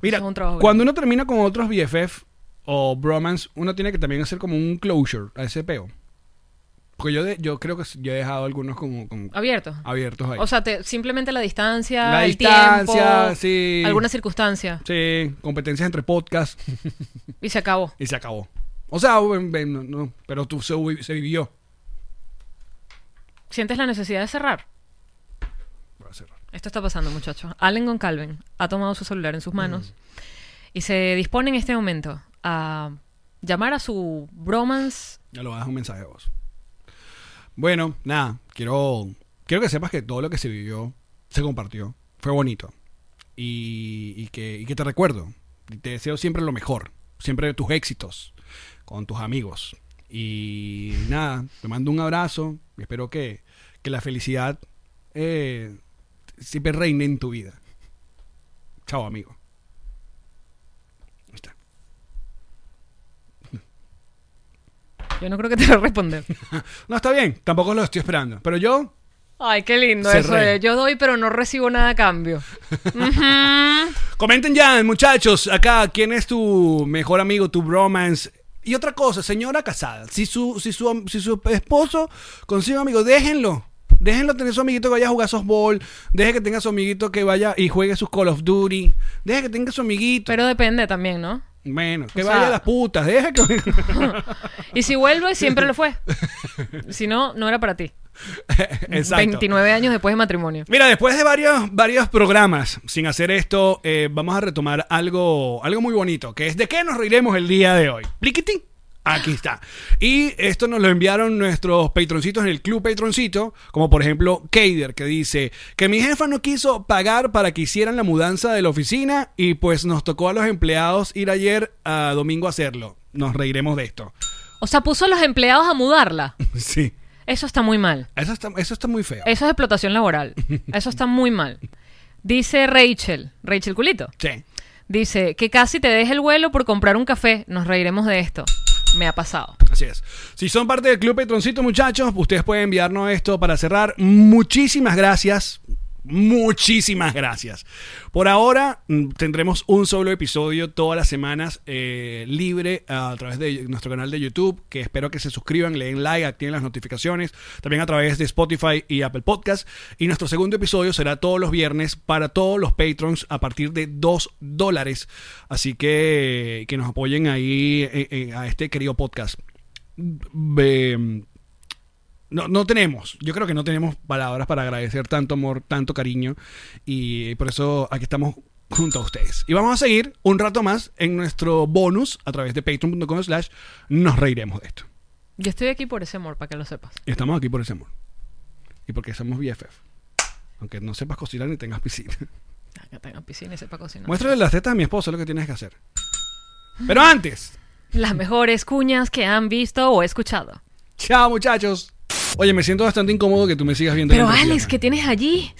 [SPEAKER 1] Mira,
[SPEAKER 2] Eso es un trabajo
[SPEAKER 1] cuando uno termina con otros BFF o bromance, uno tiene que también hacer como un closure a ese peo. Porque yo, de- yo creo que yo he dejado algunos como, como
[SPEAKER 2] Abierto.
[SPEAKER 1] abiertos ahí.
[SPEAKER 2] O sea, te- simplemente la distancia,
[SPEAKER 1] Ah, La
[SPEAKER 2] el
[SPEAKER 1] distancia,
[SPEAKER 2] tiempo,
[SPEAKER 1] sí.
[SPEAKER 2] alguna circunstancia.
[SPEAKER 1] sí, competencias entre podcasts
[SPEAKER 2] Y se acabó.
[SPEAKER 1] y se acabó. O sea, ven- ven, no, no, pero tú se, vi- se vivió.
[SPEAKER 2] ¿Sientes la necesidad de cerrar?
[SPEAKER 1] Voy a cerrar.
[SPEAKER 2] Esto está pasando, muchachos. Allen Goncalven ha tomado su celular en sus manos
[SPEAKER 1] Mm.
[SPEAKER 2] y se dispone en este momento a llamar a su bromance.
[SPEAKER 1] Ya lo vas a dejar un mensaje a vos. Bueno, nada, quiero, quiero que sepas que todo lo que se vivió, se compartió, fue bonito. Y, y que, y que te recuerdo. Y Te deseo siempre lo mejor, siempre tus éxitos con tus amigos. Y nada, te mando un abrazo y espero que, que la felicidad eh, siempre reine en tu vida. Chao, amigo.
[SPEAKER 2] Yo no creo que te va a responder.
[SPEAKER 1] No, está bien, tampoco lo estoy esperando. Pero yo,
[SPEAKER 2] Ay, qué lindo
[SPEAKER 1] Se
[SPEAKER 2] eso
[SPEAKER 1] re.
[SPEAKER 2] de yo doy pero no recibo nada a cambio. Ujú.
[SPEAKER 1] comenten ya, muchachos, acá, ¿quién es tu mejor amigo, tu bromance? Y otra cosa, señora casada, si su, si su, si su esposo consigue un amigo, déjenlo. Déjenlo tener su amiguito que vaya a jugar softball. Deje que tenga su amiguito que vaya y juegue sus Call of Duty. Deje que tenga su amiguito.
[SPEAKER 2] Pero depende también, ¿no?
[SPEAKER 1] bueno, que
[SPEAKER 2] o
[SPEAKER 1] vaya
[SPEAKER 2] sea-
[SPEAKER 1] a las putas. Deje que.
[SPEAKER 2] Y si vuelve, siempre lo fue. Si no, no era para ti.
[SPEAKER 1] Exacto.
[SPEAKER 2] 29 años después de matrimonio.
[SPEAKER 1] Mira, después de varios, varios programas sin hacer esto, eh, vamos a retomar algo, algo muy bonito, que es de qué nos reiremos el día de hoy. Pliquitín. Aquí está. Y esto nos lo enviaron nuestros patroncitos en el club patroncito, como por ejemplo Kader, que dice que mi jefa no quiso pagar para que hicieran la mudanza de la oficina y pues nos tocó a los empleados ir ayer a domingo a hacerlo. Nos reiremos de esto.
[SPEAKER 2] O sea, puso a los empleados a mudarla.
[SPEAKER 1] Sí.
[SPEAKER 2] Eso está muy mal.
[SPEAKER 1] Eso está, eso está muy feo.
[SPEAKER 2] Eso es explotación laboral. Eso está muy mal. Dice Rachel, Rachel Culito.
[SPEAKER 1] Sí.
[SPEAKER 2] Dice que casi te deje el vuelo por comprar un café. Nos reiremos de esto. Me ha pasado.
[SPEAKER 1] Así es. Si son parte del Club Petroncito, muchachos, ustedes pueden enviarnos esto para cerrar. Muchísimas gracias. Muchísimas gracias. Por ahora mm, tendremos un solo episodio todas las semanas eh, libre a través de nuestro canal de YouTube, que espero que se suscriban, le den like, activen las notificaciones, también a través de Spotify y Apple Podcast. Y nuestro segundo episodio será todos los viernes para todos los patrons a partir de 2 dólares. Así que que nos apoyen ahí eh, eh, a este querido podcast. Ve- no, no tenemos, yo creo que no tenemos palabras para agradecer tanto amor, tanto cariño y por eso aquí estamos junto a ustedes. Y vamos a seguir un rato más en nuestro bonus a través de patreon.com slash nos reiremos de esto.
[SPEAKER 2] Yo estoy aquí por ese amor, para que lo sepas.
[SPEAKER 1] Y estamos aquí por ese amor. Y porque somos BFF. Aunque no sepas cocinar ni tengas piscina.
[SPEAKER 2] Ah, Que tenga piscina y sepa cocinar.
[SPEAKER 1] Muéstrale las tetas a mi esposo, es lo que tienes que hacer. Pero antes,
[SPEAKER 2] Las mejores cuñas que han visto o escuchado.
[SPEAKER 1] chao muchachos. Oye, me siento bastante incómodo que tú me sigas viendo.
[SPEAKER 2] Pero
[SPEAKER 1] la entrepierna.
[SPEAKER 2] Alex, ¿qué tienes allí?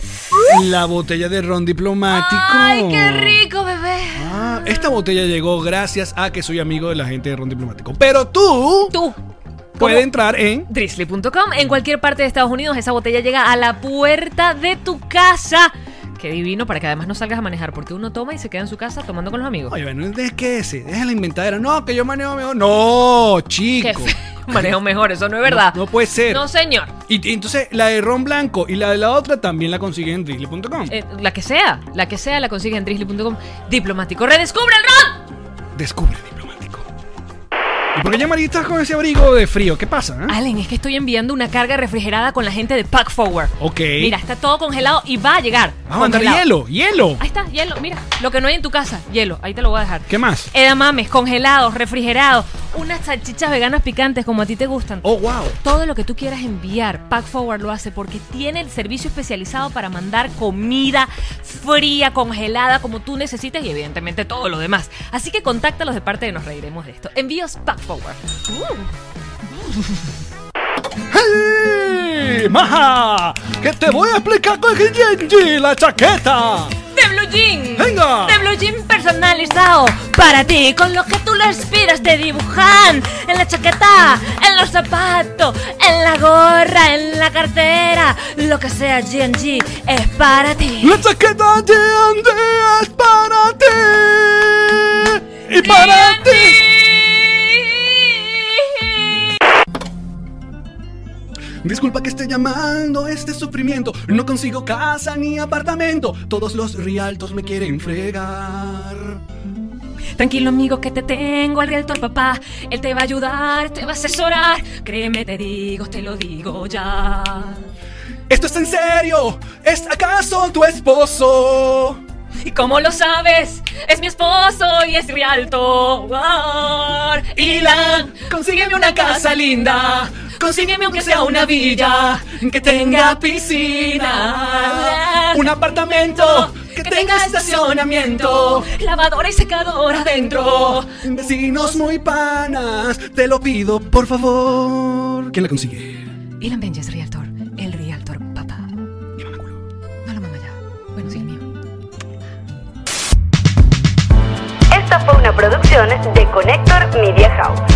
[SPEAKER 1] La botella de ron diplomático.
[SPEAKER 2] ¡Ay, qué rico, bebé!
[SPEAKER 1] Ah, esta botella llegó gracias a que soy amigo de la gente de Ron Diplomático. Pero tú,
[SPEAKER 2] Tú,
[SPEAKER 1] puedes entrar en
[SPEAKER 2] drizzly.com, en cualquier parte de Estados Unidos, esa botella llega a la puerta de tu casa. Qué divino, para que además no salgas a manejar, porque uno toma y se queda en su casa tomando con los amigos.
[SPEAKER 1] Oye, bueno, ¿de qué es? ese? Es la inventadera. No, que yo manejo mejor. No,
[SPEAKER 2] Qué
[SPEAKER 1] chico.
[SPEAKER 2] feo. Manejo mejor, eso no es verdad.
[SPEAKER 1] No, no puede ser.
[SPEAKER 2] No, señor.
[SPEAKER 1] Y, y entonces la de ron blanco y la de la otra también la consiguen en drizzly.com.
[SPEAKER 2] Eh, la que sea, la que sea la consigue en drizzly.com. Diplomático, redescubre el ron.
[SPEAKER 1] Descubre diplomático. ¿Y por qué ya María estás con ese abrigo de frío? ¿Qué pasa? eh?
[SPEAKER 2] Allen, es que estoy enviando una carga refrigerada con la gente de Pack Forward.
[SPEAKER 1] Ok.
[SPEAKER 2] Mira, está todo congelado y va a llegar.
[SPEAKER 1] Vamos a mandar
[SPEAKER 2] Congelado.
[SPEAKER 1] hielo, hielo.
[SPEAKER 2] Ahí está, hielo. Mira, lo que no hay en tu casa, hielo. Ahí te lo voy a dejar.
[SPEAKER 1] ¿Qué más?
[SPEAKER 2] Edamames, congelados, refrigerados, unas salchichas veganas picantes como a ti te gustan.
[SPEAKER 1] Oh, wow.
[SPEAKER 2] Todo lo que tú quieras enviar, Pack Forward lo hace porque tiene el servicio especializado para mandar comida fría, congelada, como tú necesites y evidentemente todo lo demás. Así que contáctalos de parte de Nos Reiremos de esto. Envíos Pack Forward. Uh.
[SPEAKER 1] ¡Hey! ¡Maja! ¡Que te voy a explicar con el Genji, la chaqueta!
[SPEAKER 2] De Blue Jean.
[SPEAKER 1] Venga.
[SPEAKER 2] De Blue Jean personalizado para ti, con lo que tú lo inspiras te dibujan en la chaqueta, en los zapatos, en la gorra, en la cartera, lo que sea G&G es para ti.
[SPEAKER 1] ¡La chaqueta de Andrea es para ti! ¡Y para ti! Disculpa que esté llamando este sufrimiento. No consigo casa ni apartamento. Todos los rialtos me quieren fregar.
[SPEAKER 2] Tranquilo amigo que te tengo al realtor papá, él te va a ayudar, te va a asesorar, créeme te digo, te lo digo ya.
[SPEAKER 1] ¿Esto es en serio? ¿Es acaso tu esposo?
[SPEAKER 2] Y como lo sabes, es mi esposo y es Rialto. Ilan, consígueme una casa linda. Consígueme aunque sea una villa que tenga piscina.
[SPEAKER 1] Un apartamento
[SPEAKER 2] que tenga estacionamiento, lavadora y secadora adentro.
[SPEAKER 1] Vecinos muy panas, te lo pido por favor. ¿Quién la consigue?
[SPEAKER 2] Ilan Benji es Realtor, el Realtor papá. No lo mando ya. Bueno, sí, el mío.
[SPEAKER 3] Esta fue una producción de Connector Media House.